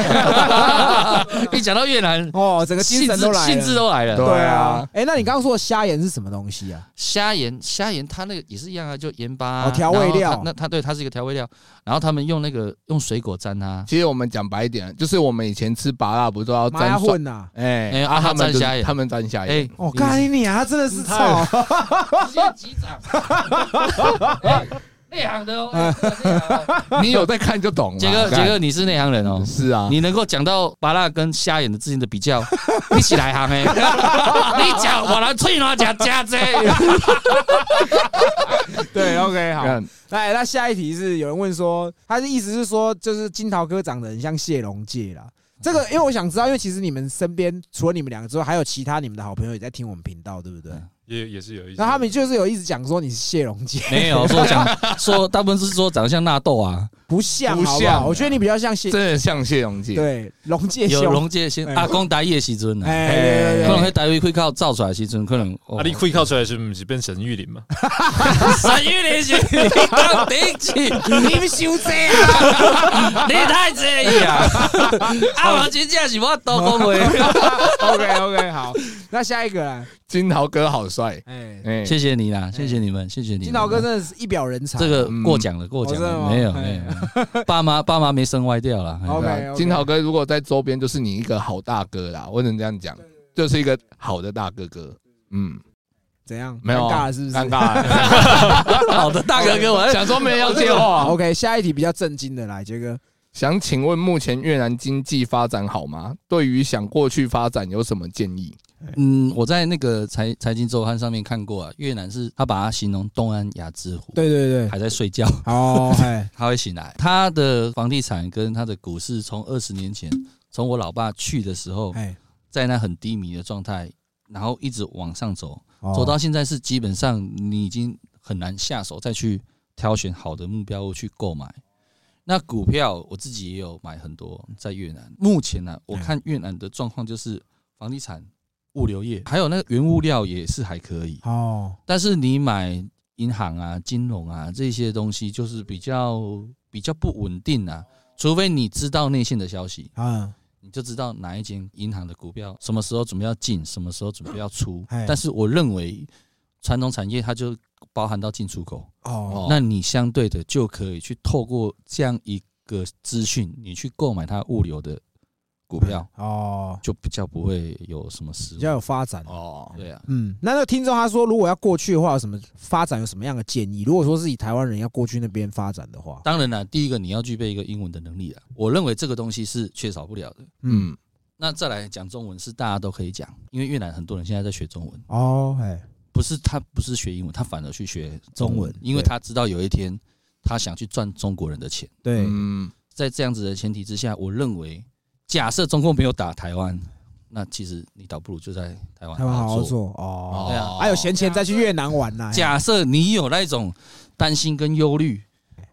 Speaker 3: 一讲到越南，
Speaker 1: <laughs> 哦， <laughs> 整个精
Speaker 3: 兴
Speaker 1: 神都
Speaker 3: 致
Speaker 1: 来
Speaker 3: 兴致
Speaker 1: 了。
Speaker 3: 都来了。
Speaker 1: <laughs> 对啊，哎，那你刚刚说的虾盐是什么东西啊？
Speaker 3: 虾盐，虾盐它那个也是一样啊，就盐巴啊
Speaker 1: 哦调味
Speaker 3: 然后它
Speaker 1: 料
Speaker 3: 那它对，它是一个调味料。然后他们用那个用水果沾
Speaker 2: <laughs>
Speaker 3: 它，
Speaker 2: 其实我们讲白一点，就是我们以前吃麻辣不都要
Speaker 1: 麻
Speaker 2: 沾
Speaker 1: 辣
Speaker 2: 蒜？
Speaker 1: 混呐！
Speaker 2: 哎
Speaker 3: 哎
Speaker 2: 啊，
Speaker 3: 啊
Speaker 2: 他们就
Speaker 3: 沾虾
Speaker 2: 是
Speaker 3: 眼
Speaker 2: 他们沾虾
Speaker 3: 哎
Speaker 2: 眼，，
Speaker 1: 哦，干你娘！他真的 <laughs> 是操！
Speaker 3: 直接击掌，哎内行的哦。
Speaker 2: 你有在看就懂了。
Speaker 3: 杰哥，
Speaker 2: 干
Speaker 3: 杰哥，你是内行人哦。
Speaker 2: 是啊，
Speaker 3: 你能够讲到麻辣跟虾眼的之间的比较，你起来行哎，你讲我来脆哪讲加这，
Speaker 1: 对，OK，好。
Speaker 2: 干
Speaker 1: 来，那下一题是有人问说，他的意思是说，就是金桃哥长得很像谢龙介啦。这个，因为我想知道，因为其实你们身边除了你们两个之外，还有其他你们的好朋友也在听我们频道，对不对？
Speaker 4: 也也是有一些。
Speaker 1: 那他们就是有一直讲说你是谢龙介，
Speaker 3: 没有说讲说大部分是说长得像纳豆啊，
Speaker 1: 不像，
Speaker 2: 不
Speaker 1: 好不
Speaker 2: 像
Speaker 1: 好？我觉得你比较像谢，
Speaker 2: 真的像谢荣记。
Speaker 3: <laughs>
Speaker 1: 对，龙介
Speaker 3: 有
Speaker 1: 兄，
Speaker 3: 龙界先
Speaker 1: 哎
Speaker 3: 阿公打夜时阵啊，
Speaker 1: 哎，对对
Speaker 3: 可
Speaker 1: 对
Speaker 3: 能
Speaker 1: 对
Speaker 3: 迄台语会靠造出来的时阵，可能
Speaker 4: 啊，你会靠出来是不是变沈玉林嘛？
Speaker 3: 神语连续，你讲顶起，
Speaker 1: 你们修这啊？
Speaker 3: 你太介意啊！啊，我真正是我多讲话，
Speaker 1: OK OK，好，那下一个啦，
Speaker 2: 金桃哥好帅，
Speaker 1: 哎，
Speaker 2: 哎，
Speaker 3: 谢谢你啦，谢谢你们，谢谢你们。
Speaker 1: 金桃哥真的是一表人才，
Speaker 3: 这个过奖了，过奖
Speaker 1: 哦
Speaker 3: 了，没
Speaker 1: 真的
Speaker 3: 有
Speaker 1: 吗哦
Speaker 3: 没有，爸妈 <laughs> 爸妈没生歪
Speaker 1: <laughs>
Speaker 3: 掉了。
Speaker 1: 好
Speaker 3: 哎
Speaker 2: 对啊
Speaker 1: OK，OK
Speaker 2: 金桃哥如果在周边，就是你一个好大哥啦，我只能这样讲，就是一个好的大哥哥。嗯，
Speaker 1: 怎样？
Speaker 2: 没有
Speaker 1: 尴
Speaker 2: 啊
Speaker 1: 尬了是不是？
Speaker 2: 尴尬
Speaker 3: <laughs>
Speaker 2: 了，
Speaker 3: 好的，大哥哥，我
Speaker 2: 想说没人要
Speaker 1: <laughs>
Speaker 2: 接话。
Speaker 1: OK，下一题比较震惊的来，杰哥，
Speaker 2: 想请问，目前越南经济发展好吗？对于想过去发展有什么建议？
Speaker 3: <laughs> 嗯，我在那个财财经周刊上面看过啊，越南是他把它形容东南亚之虎，
Speaker 1: 对对对，
Speaker 3: 还在睡觉。 <laughs>
Speaker 1: 好，哎，
Speaker 3: 他会醒来。他的房地产跟他的股市，从二十年前，从我老爸去的时候，
Speaker 1: 哎，
Speaker 3: 在那很低迷的状态，然后一直往上走，
Speaker 1: 哦
Speaker 3: 走到现在是基本上你已经很难下手再去挑选好的目标物去购买。那股票我自己也有买很多，在越南。目前呢、我看越南的状况就是房地产、物流业，嗯还有那个原物料也是还可以。
Speaker 1: 哦，
Speaker 3: 但是你买银行啊、金融啊这些东西，就是比较比较不稳定啊。除非你知道内线的消息，
Speaker 1: 嗯，
Speaker 3: 你就知道哪一间银行的股票什么时候准备要进，什么时候准备要出
Speaker 1: 哎。
Speaker 3: 但是我认为传统产业它就包含到进出口，
Speaker 1: 哦，
Speaker 3: 那你相对的就可以去透过这样一个资讯，你去购买它物流的股票，
Speaker 1: 哦，
Speaker 3: 就比较不会有什么失
Speaker 1: 比较
Speaker 3: 误。
Speaker 1: 有发展。
Speaker 2: 哦，
Speaker 3: 对啊，
Speaker 1: 嗯，那那个听众他说，如果要过去的话，有什么发展有什么样的建议？如果说是以台湾人要过去那边发展的话，
Speaker 3: 当然了，第一个你要具备一个英文的能力啊，我认为这个东西是缺少不了的。
Speaker 1: 嗯，
Speaker 2: 嗯，
Speaker 3: 那再来讲中文是大家都可以讲，因为越南很多人现在在学中文，
Speaker 1: 哦，哎，
Speaker 3: 不是他不是学英文，他反而去学中
Speaker 1: 中
Speaker 3: 文
Speaker 1: 文，
Speaker 3: 因为
Speaker 1: 嗯对
Speaker 3: 他知道有一天他想去赚中国人的钱。
Speaker 1: 对，
Speaker 2: 嗯，
Speaker 3: 在这样子的前提之下，我认为，假设中共没有打台湾，那其实你倒不如就在台湾
Speaker 1: 台湾好好
Speaker 3: 好做。
Speaker 1: 做哎哦
Speaker 3: 对啊
Speaker 1: 还有闲钱再去越南玩呐。
Speaker 3: 假设你有那种担心跟忧虑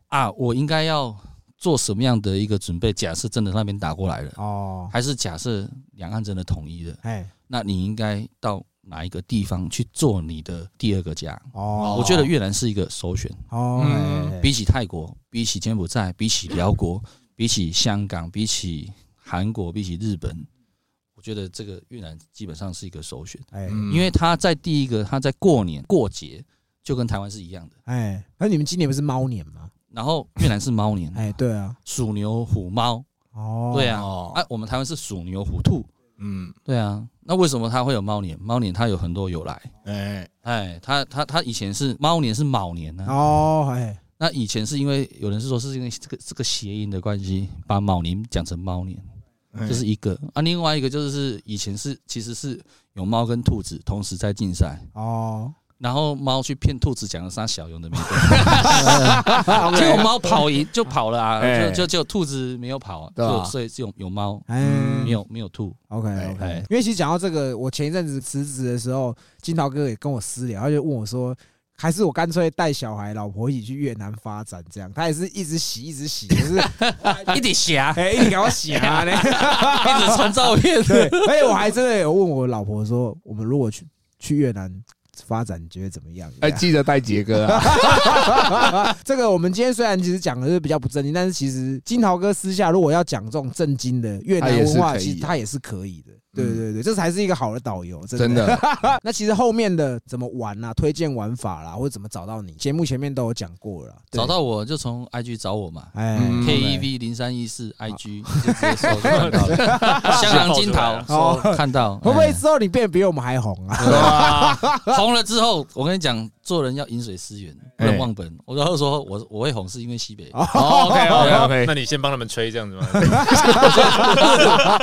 Speaker 3: 啊，我应该要做什么样的一个准备？假设真的那边打过来了，
Speaker 1: 哦，
Speaker 3: 还是假设两岸真的统一了，
Speaker 1: 哎，
Speaker 3: 那你应该到哪一个地方去做你的第二个家？
Speaker 1: 哦，
Speaker 3: 我觉得越南是一个首选。
Speaker 1: 哦，
Speaker 2: 嗯
Speaker 1: 哎
Speaker 3: 比起泰国，比起柬埔寨，比起辽国，比起香港，比起韩国，比起日本，我觉得这个越南基本上是一个首选，
Speaker 1: 哎
Speaker 2: 嗯
Speaker 3: 因为它在第一个，它在过年过节就跟台湾是一样的。
Speaker 1: 哎，那你们今年不是猫年吗？
Speaker 3: 然后越南是猫年，
Speaker 1: 哎，对啊，
Speaker 3: 鼠牛虎猫，
Speaker 1: 哦，
Speaker 3: 对啊，
Speaker 2: 哦，
Speaker 3: 啊，我们台湾是鼠牛虎兔，
Speaker 2: 嗯，
Speaker 3: 对啊，那为什么它会有猫年？猫年它有很多由来，
Speaker 2: 哎，
Speaker 3: 哎，它它它以前是猫年是卯年啊呢、
Speaker 1: 哦，哎，
Speaker 3: 那以前是因为有人是说是因为这个这个谐音的关系，把卯年讲成猫年。这是一个啊，另外一个就是以前是其实是有猫跟兔子同时在竞赛，
Speaker 1: 哦，
Speaker 3: 然后猫去骗兔子讲了杀小勇的名字，结果猫跑赢就跑了啊，
Speaker 2: 哎
Speaker 3: 就就就兔子没有跑啊，
Speaker 2: 对啊
Speaker 3: 就所以是有有猫
Speaker 1: 哎，
Speaker 3: 没有没有兔，
Speaker 1: OK
Speaker 2: 哎
Speaker 1: OK，、
Speaker 3: 哎
Speaker 1: 因为其实讲到这个，我前一阵子辞职的时候，金桃哥也跟我私聊，他就问我说，还是我干脆带小孩、老婆一起去越南发展这样。他也是一直洗，一直洗，就是 <laughs>
Speaker 3: 一点霞
Speaker 1: 哎、一直给我洗啊。
Speaker 2: <laughs>
Speaker 3: 一直传照片，
Speaker 1: 对，而且我还真的有问我老婆说，我们如果去去越南发展，你觉得怎么样？ <laughs>
Speaker 2: 哎，记得带杰哥啊，
Speaker 1: 这个我们今天虽然其实讲的是比较不正经，但是其实金桃哥私下如果要讲这种正经的越南文
Speaker 2: 他也是可以啊
Speaker 1: 化，
Speaker 2: 的
Speaker 1: 其实他也是可以的。对对对，这才是一个好的导游，真的。
Speaker 2: 真的，
Speaker 1: 那其实后面的怎么玩啊，推荐玩法啦，或者怎么找到你，节目前面都有讲过了啦。对
Speaker 3: 找，到 E 我就从 IG 找我嘛。
Speaker 1: 哎
Speaker 2: 嗯
Speaker 3: KEV 零三一四
Speaker 1: <laughs>
Speaker 3: IG 就直接搜就看到了，香港金桃
Speaker 1: 哦
Speaker 3: 搜看到，
Speaker 1: 会不啊会
Speaker 3: 哎
Speaker 1: 之后你变得比我们还红啊？ <laughs>
Speaker 2: 哇，
Speaker 3: 红了之后，我跟你讲，做人要饮水思源，不
Speaker 1: 哎
Speaker 3: 能忘本。我然后说我我会红是因为西北，
Speaker 1: 哦
Speaker 2: OK OK
Speaker 4: 那
Speaker 2: OK，
Speaker 4: 你先帮他们吹这样子吗？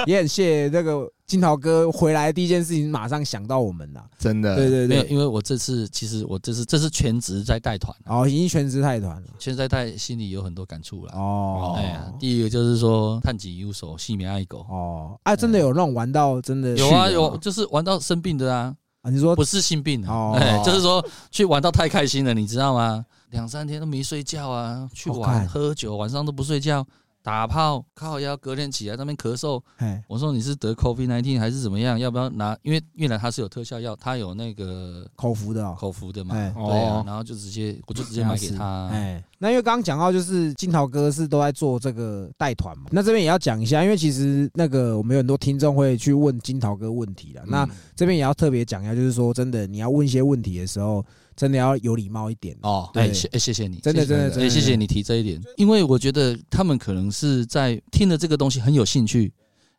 Speaker 1: 也很谢谢那个金桃哥回来第一件事情，马上想到我们啦。
Speaker 2: 真
Speaker 1: 对
Speaker 2: 的，
Speaker 1: 对
Speaker 3: 没有，
Speaker 1: 对，
Speaker 3: 因为我这次其实我这次这是全职在带团，
Speaker 1: 哦，已经全职泰团了。
Speaker 3: 全职在带心里有很多感触了。
Speaker 1: 哦，
Speaker 3: 哎呀，第一个就是说探己忧手，细眉爱狗，
Speaker 1: 哦，啊，真的有那种玩到真的
Speaker 3: 有啊
Speaker 1: 去的
Speaker 3: 有，
Speaker 1: 吗
Speaker 3: 就是玩到生病的啊，
Speaker 1: 啊，你说
Speaker 3: 不是性病啊
Speaker 1: 哦，
Speaker 3: 哎，就是说去玩到太开心了，你知道吗？两三天都没睡觉啊，去
Speaker 1: 好看
Speaker 3: 玩喝酒，晚上都不睡觉，打炮靠腰，隔天起来在那边咳嗽，
Speaker 1: 哎
Speaker 3: 我说你是得 COVID 1 9还是怎么样？要不要拿？因为越南它是有特效药，它有那个
Speaker 1: 口服的哦，
Speaker 3: 口服的嘛，
Speaker 1: 哎
Speaker 3: 对啊
Speaker 2: 哦，
Speaker 3: 然后就直接我就直接买给他。
Speaker 1: 哎，那因为刚刚讲到，就是金桃哥是都在做这个带团
Speaker 3: 嗯
Speaker 1: 嘛，那这边也要讲一下，因为其实那个我们有很多听众会去问金桃哥问题
Speaker 3: 嗯
Speaker 1: 了，
Speaker 2: 嗯
Speaker 1: 那这边也要特别讲一下，就是说真的，你要问一些问题的时候，真的要有礼貌一点。
Speaker 2: 哦，
Speaker 1: 对
Speaker 3: 哎，谢哎谢谢你，
Speaker 1: 真的
Speaker 3: 谢谢
Speaker 1: 真的
Speaker 3: 你
Speaker 1: 真的
Speaker 3: 哎谢谢你提这
Speaker 1: 嗯
Speaker 3: 一点，因为我觉得他们可能是在听了这个东西很有兴趣，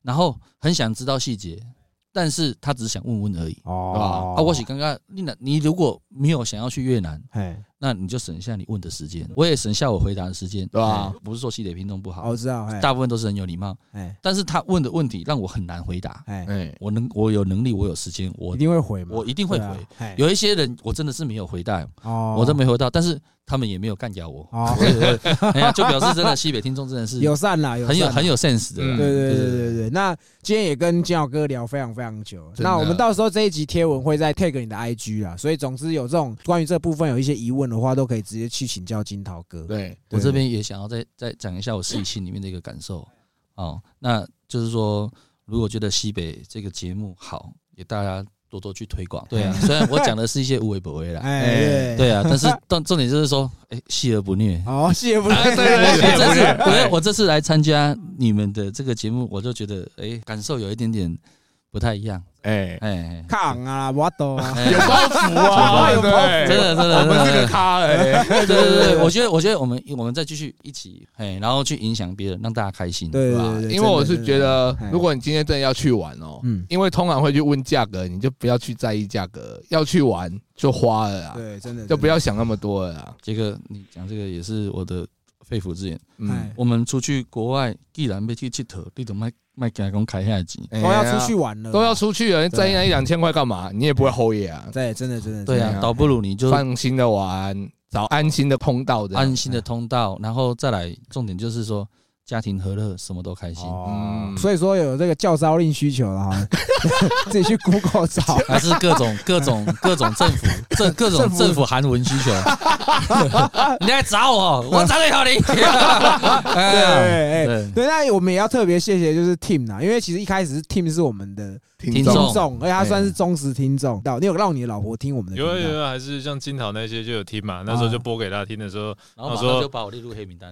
Speaker 3: 然后很想知道细节，但是他只是想问问而已。
Speaker 1: 哦
Speaker 3: 啊，我是刚刚你那，你如果没有想要去越南，
Speaker 1: 哎，
Speaker 3: 那你就省下你问的时间，我也省下我回答的时间，
Speaker 2: 对啊
Speaker 3: 哎不是说西北平东不
Speaker 1: 哦，
Speaker 3: 好
Speaker 1: 我，知道，哎，
Speaker 3: 大部分都是很有礼貌，
Speaker 1: 哎
Speaker 3: 但是他问的问题让我很难回答。
Speaker 1: 哎，
Speaker 2: 哎，
Speaker 3: 我能，我有能力，我有时间，我
Speaker 1: 一定会回嘛，
Speaker 3: 我一定会
Speaker 1: 对啊
Speaker 3: 回。
Speaker 1: 哎，
Speaker 3: 有一些人我真的是没有回答，
Speaker 1: 哦，
Speaker 3: 我都没回到，但是他们也没有干掉我。
Speaker 1: 哦，
Speaker 3: <laughs> 哎呀，就表示真的西北听众真的
Speaker 1: <laughs>
Speaker 3: 是
Speaker 1: 友善啦，
Speaker 3: 很有
Speaker 1: 善啦
Speaker 3: 很有 sense 的啦。
Speaker 2: 嗯
Speaker 1: 对对对对对，那今天也跟金小哥聊非常非常久，
Speaker 2: 真的
Speaker 1: 那我们到时候这一集贴文会再 tag 你的 IG 啦，所以总之有这种关于这部分有一些疑问的话，都可以直接去请教金桃哥。
Speaker 2: 对，
Speaker 3: 我
Speaker 1: 对
Speaker 3: 这边也想要再再讲一下我自己心里面的一个感受哦。那就是说，如果觉得西北这个节目好，也大家多多去推广。对啊， <laughs> 虽然我讲的是一些无为不为啦，
Speaker 1: 哎，
Speaker 2: 哎
Speaker 1: 对，啊
Speaker 3: 对啊，但是重重点就是说，哎，戏而不虐。
Speaker 1: 好，哦谢谢不
Speaker 2: 哎对对
Speaker 3: 我
Speaker 2: 对
Speaker 3: 这次
Speaker 2: 哎
Speaker 3: 我这我这次来参加你们的这个节目，我就觉得哎，感受有一点点不太一样。
Speaker 2: 哎，
Speaker 3: 哎，
Speaker 1: 抗啊，我懂啊，
Speaker 3: 哎
Speaker 2: 有包袱 <laughs> 啊，
Speaker 1: 有包
Speaker 2: 对
Speaker 1: 袱
Speaker 3: 真的真的
Speaker 2: 我们是
Speaker 3: 真
Speaker 2: 个
Speaker 3: 的
Speaker 2: 咖哎，
Speaker 3: <laughs> 对对对对，我觉得我觉得我们我们再继续一起，哎，然后去影响别人，让大家开心。
Speaker 1: 对对
Speaker 2: 吧
Speaker 1: 对对，
Speaker 2: 因为我是觉得
Speaker 1: 真的真的，哎
Speaker 2: 如果你今天真的要去玩哦， <laughs>
Speaker 1: 嗯，
Speaker 2: 因为通常会去问价格，你就不要去在意价格，要去玩就花了啊，
Speaker 1: 对，真的
Speaker 2: 就不要想那么多了啊。
Speaker 3: 这个你讲这个也是我的肺腑之言。
Speaker 1: 哎
Speaker 2: 嗯，
Speaker 3: 我们出去国外，既然要去佚佗，你就卖卖给讲开下钱。
Speaker 1: 都要出去玩
Speaker 3: 嗯
Speaker 1: 了，
Speaker 2: 哎都要出去了，在意
Speaker 3: 啊
Speaker 2: 那一两千块干嘛？你也不会后夜啊，
Speaker 1: 对，真的真的，
Speaker 3: 对
Speaker 1: 真的
Speaker 3: 啊，倒不如你就
Speaker 2: 放心的玩，找安心的通道的。
Speaker 3: 安心的通道，然后再来。重点就是说家庭和乐，什么都开心。
Speaker 1: 哦
Speaker 2: 嗯
Speaker 1: 所以说有这个教招令需求了哈， <laughs> 自己去 Google
Speaker 2: <laughs>
Speaker 1: 找。
Speaker 3: 还是各种各种各种政府政各种政府韩文需求， <laughs> 你来找我，我找你好你。 <laughs> 哎
Speaker 2: 啊
Speaker 1: 对
Speaker 3: 对
Speaker 1: 对，那我们也要特别谢谢就是 Team 啦，因为其实一开始是 Team 是我们的
Speaker 2: 听
Speaker 1: 听
Speaker 3: 听众
Speaker 1: 众，而且他算是忠实听众。到你有让你的老婆听我们的频
Speaker 4: 有
Speaker 1: 道？
Speaker 4: 啊有啊，还是像金桃那些就有听嘛，那时候就播给他听的时候，
Speaker 3: 然后马
Speaker 4: 我
Speaker 3: 上
Speaker 4: 说
Speaker 3: 就把我列入黑
Speaker 4: <laughs>
Speaker 3: 名单。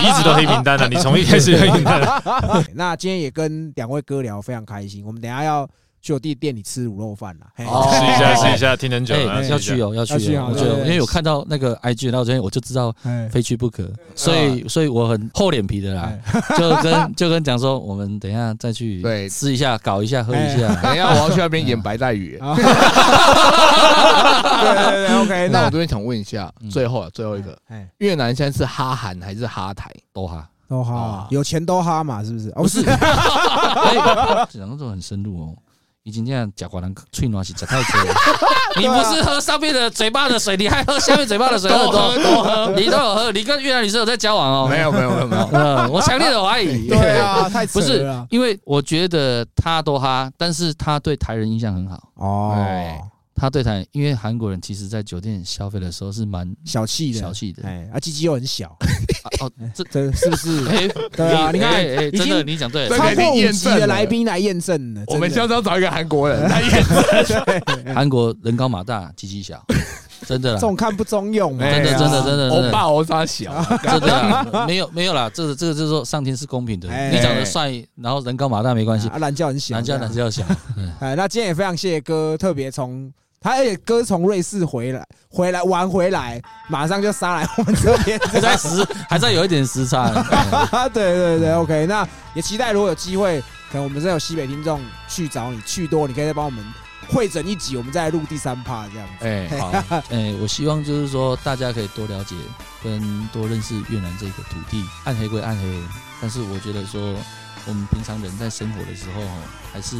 Speaker 4: 你一直都黑名单了，啊你从一开始就黑名单了。
Speaker 1: 对那今天也跟两位哥聊，非常开心。我们等一下要去我弟店里吃卤肉饭啦。嘿
Speaker 2: 哦
Speaker 4: 试一下试一下，听很久了，
Speaker 3: 哎，
Speaker 4: 试一
Speaker 3: 要
Speaker 4: 下
Speaker 3: 去哦，要
Speaker 1: 要
Speaker 3: 去
Speaker 1: 去
Speaker 3: 哦
Speaker 1: 哦！
Speaker 3: 我觉得，
Speaker 1: 对
Speaker 3: 因为有看到那个 IG，然后昨天我就知道
Speaker 1: 哎
Speaker 3: 非去不可，所
Speaker 4: 啊
Speaker 3: 以所以我很厚脸皮的啦，就跟就跟讲说，我们等一下再去
Speaker 2: 对哎
Speaker 3: 试一下，搞一下，喝一下。
Speaker 2: 等一下，我要去那边演白带
Speaker 3: <laughs> 哎
Speaker 2: 鱼。
Speaker 1: 啊对对对，OK，
Speaker 2: 哎那
Speaker 1: 那
Speaker 2: 我这边想问一下，
Speaker 3: 嗯
Speaker 2: 最后啊，最后一个，
Speaker 1: 哎，
Speaker 2: 越南现在是哈韩还是哈台？
Speaker 3: 都哈，
Speaker 1: 都哈，有钱都哈嘛，是不是？哦，不是，
Speaker 3: 哎，讲到这很深入哦。已经这样，假瓜人吹暖是假太扯了。你不是喝上面的嘴巴的水，你还喝下面嘴巴的水，
Speaker 2: 都喝
Speaker 3: 都喝，你都有喝，你跟越南女生有在交往哦？
Speaker 2: 没有，没有，没有，
Speaker 3: <laughs>
Speaker 2: 没有。
Speaker 3: 嗯，我强烈的怀疑。
Speaker 1: 对啊，太扯
Speaker 3: 不是
Speaker 1: 了，
Speaker 3: 因为我觉得他都哈，但是他对台人印象很好。
Speaker 1: 哦
Speaker 2: 哎，
Speaker 3: 他对台，因为韩国人其实在酒店消费的时候是蛮
Speaker 1: 小气的，
Speaker 3: 小气的。
Speaker 1: 哎，啊，鸡鸡又很小，
Speaker 3: 啊哦，这
Speaker 1: 这是不是？
Speaker 3: 哎，
Speaker 1: <laughs> 对啊，你看
Speaker 3: 哎哎，
Speaker 1: 已
Speaker 3: 真的
Speaker 1: 经
Speaker 3: 你讲对
Speaker 2: 这
Speaker 3: 了。
Speaker 1: 超
Speaker 2: 个已经
Speaker 1: 过五
Speaker 2: 验
Speaker 1: 级
Speaker 2: 证了
Speaker 1: 的来宾来验证了，
Speaker 2: 我们下
Speaker 1: 真
Speaker 2: 次要找一个韩
Speaker 3: <laughs>
Speaker 2: 国人来演。
Speaker 1: 的
Speaker 3: 韩国人高马大，鸡
Speaker 1: <laughs>
Speaker 3: 鸡小，真的啦
Speaker 1: 这，
Speaker 3: <laughs>
Speaker 1: 种看不中用嘛，
Speaker 2: 哎
Speaker 3: 真的
Speaker 2: 呀
Speaker 3: 真的真的
Speaker 2: 欧巴欧莎
Speaker 3: <laughs>
Speaker 2: 小，
Speaker 3: 真的啦，没有没有啦，这个这个就是说上天是公平的，
Speaker 1: 哎
Speaker 3: 你长得帅，然后人高马大没关系，
Speaker 1: 啊，懒觉很小，
Speaker 3: 男教男教小， <laughs>
Speaker 1: 哎，那今天也非常谢谢哥，特别从他，而且哥从瑞士回来，回来玩回来，马上就杀来我们这边。 <laughs>
Speaker 3: 还在时还在有一点时差。哎
Speaker 1: 对对对，OK，那也期待如果有机会，可能我们真的有西北听众去找你去多，你可以再帮我们会诊一集，我们再来录第三趴这样子。
Speaker 2: 哎，好，
Speaker 3: 哎，我希望就是说大家可以多了解跟多认识越南这个土地，暗黑归暗黑，但是我觉得说我们平常人在生活的时候哦，还是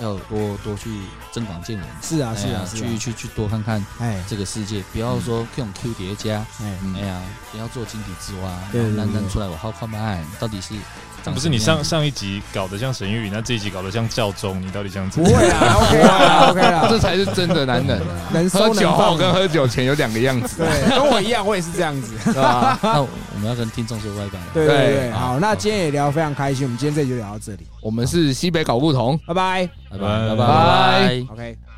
Speaker 3: 要多多去增广见闻。
Speaker 1: 是啊，是
Speaker 3: 哎
Speaker 1: 啊，
Speaker 3: 呀
Speaker 1: 是啊
Speaker 3: 去，去去多看看
Speaker 1: 哎
Speaker 3: 这个世界，不要说用 Q 叠加，
Speaker 1: 哎，
Speaker 2: 嗯
Speaker 3: 哎呀，不要做井底之蛙，
Speaker 1: 对对对
Speaker 3: 然后让出来我好看不爱，到底是长
Speaker 4: 不是
Speaker 3: 什么
Speaker 4: 你
Speaker 3: 样
Speaker 4: 上
Speaker 3: 子
Speaker 4: 上一集搞得像神谕，那这一集搞得像教宗，你到底想怎
Speaker 1: 不
Speaker 4: 样？
Speaker 1: 会啊，OK 啦，OK
Speaker 2: 这
Speaker 1: 啦，
Speaker 2: <laughs> 才是真的
Speaker 3: <laughs>
Speaker 2: 男人啊。
Speaker 1: 能收
Speaker 2: 喝
Speaker 1: 能
Speaker 2: 酒后
Speaker 1: 放，
Speaker 2: 跟喝酒前有两个样子，
Speaker 1: 对，跟我一样，我也是这样子。
Speaker 2: 是吧？
Speaker 3: 那我们要跟听众说拜拜了。
Speaker 1: 对对对，
Speaker 2: 对
Speaker 1: 好，那今天也聊得非常开心，我们今天这集就聊到这里，
Speaker 2: 我们是西北搞不同。
Speaker 1: 拜拜
Speaker 3: 拜拜拜
Speaker 4: 拜
Speaker 3: 拜。
Speaker 1: ，OK。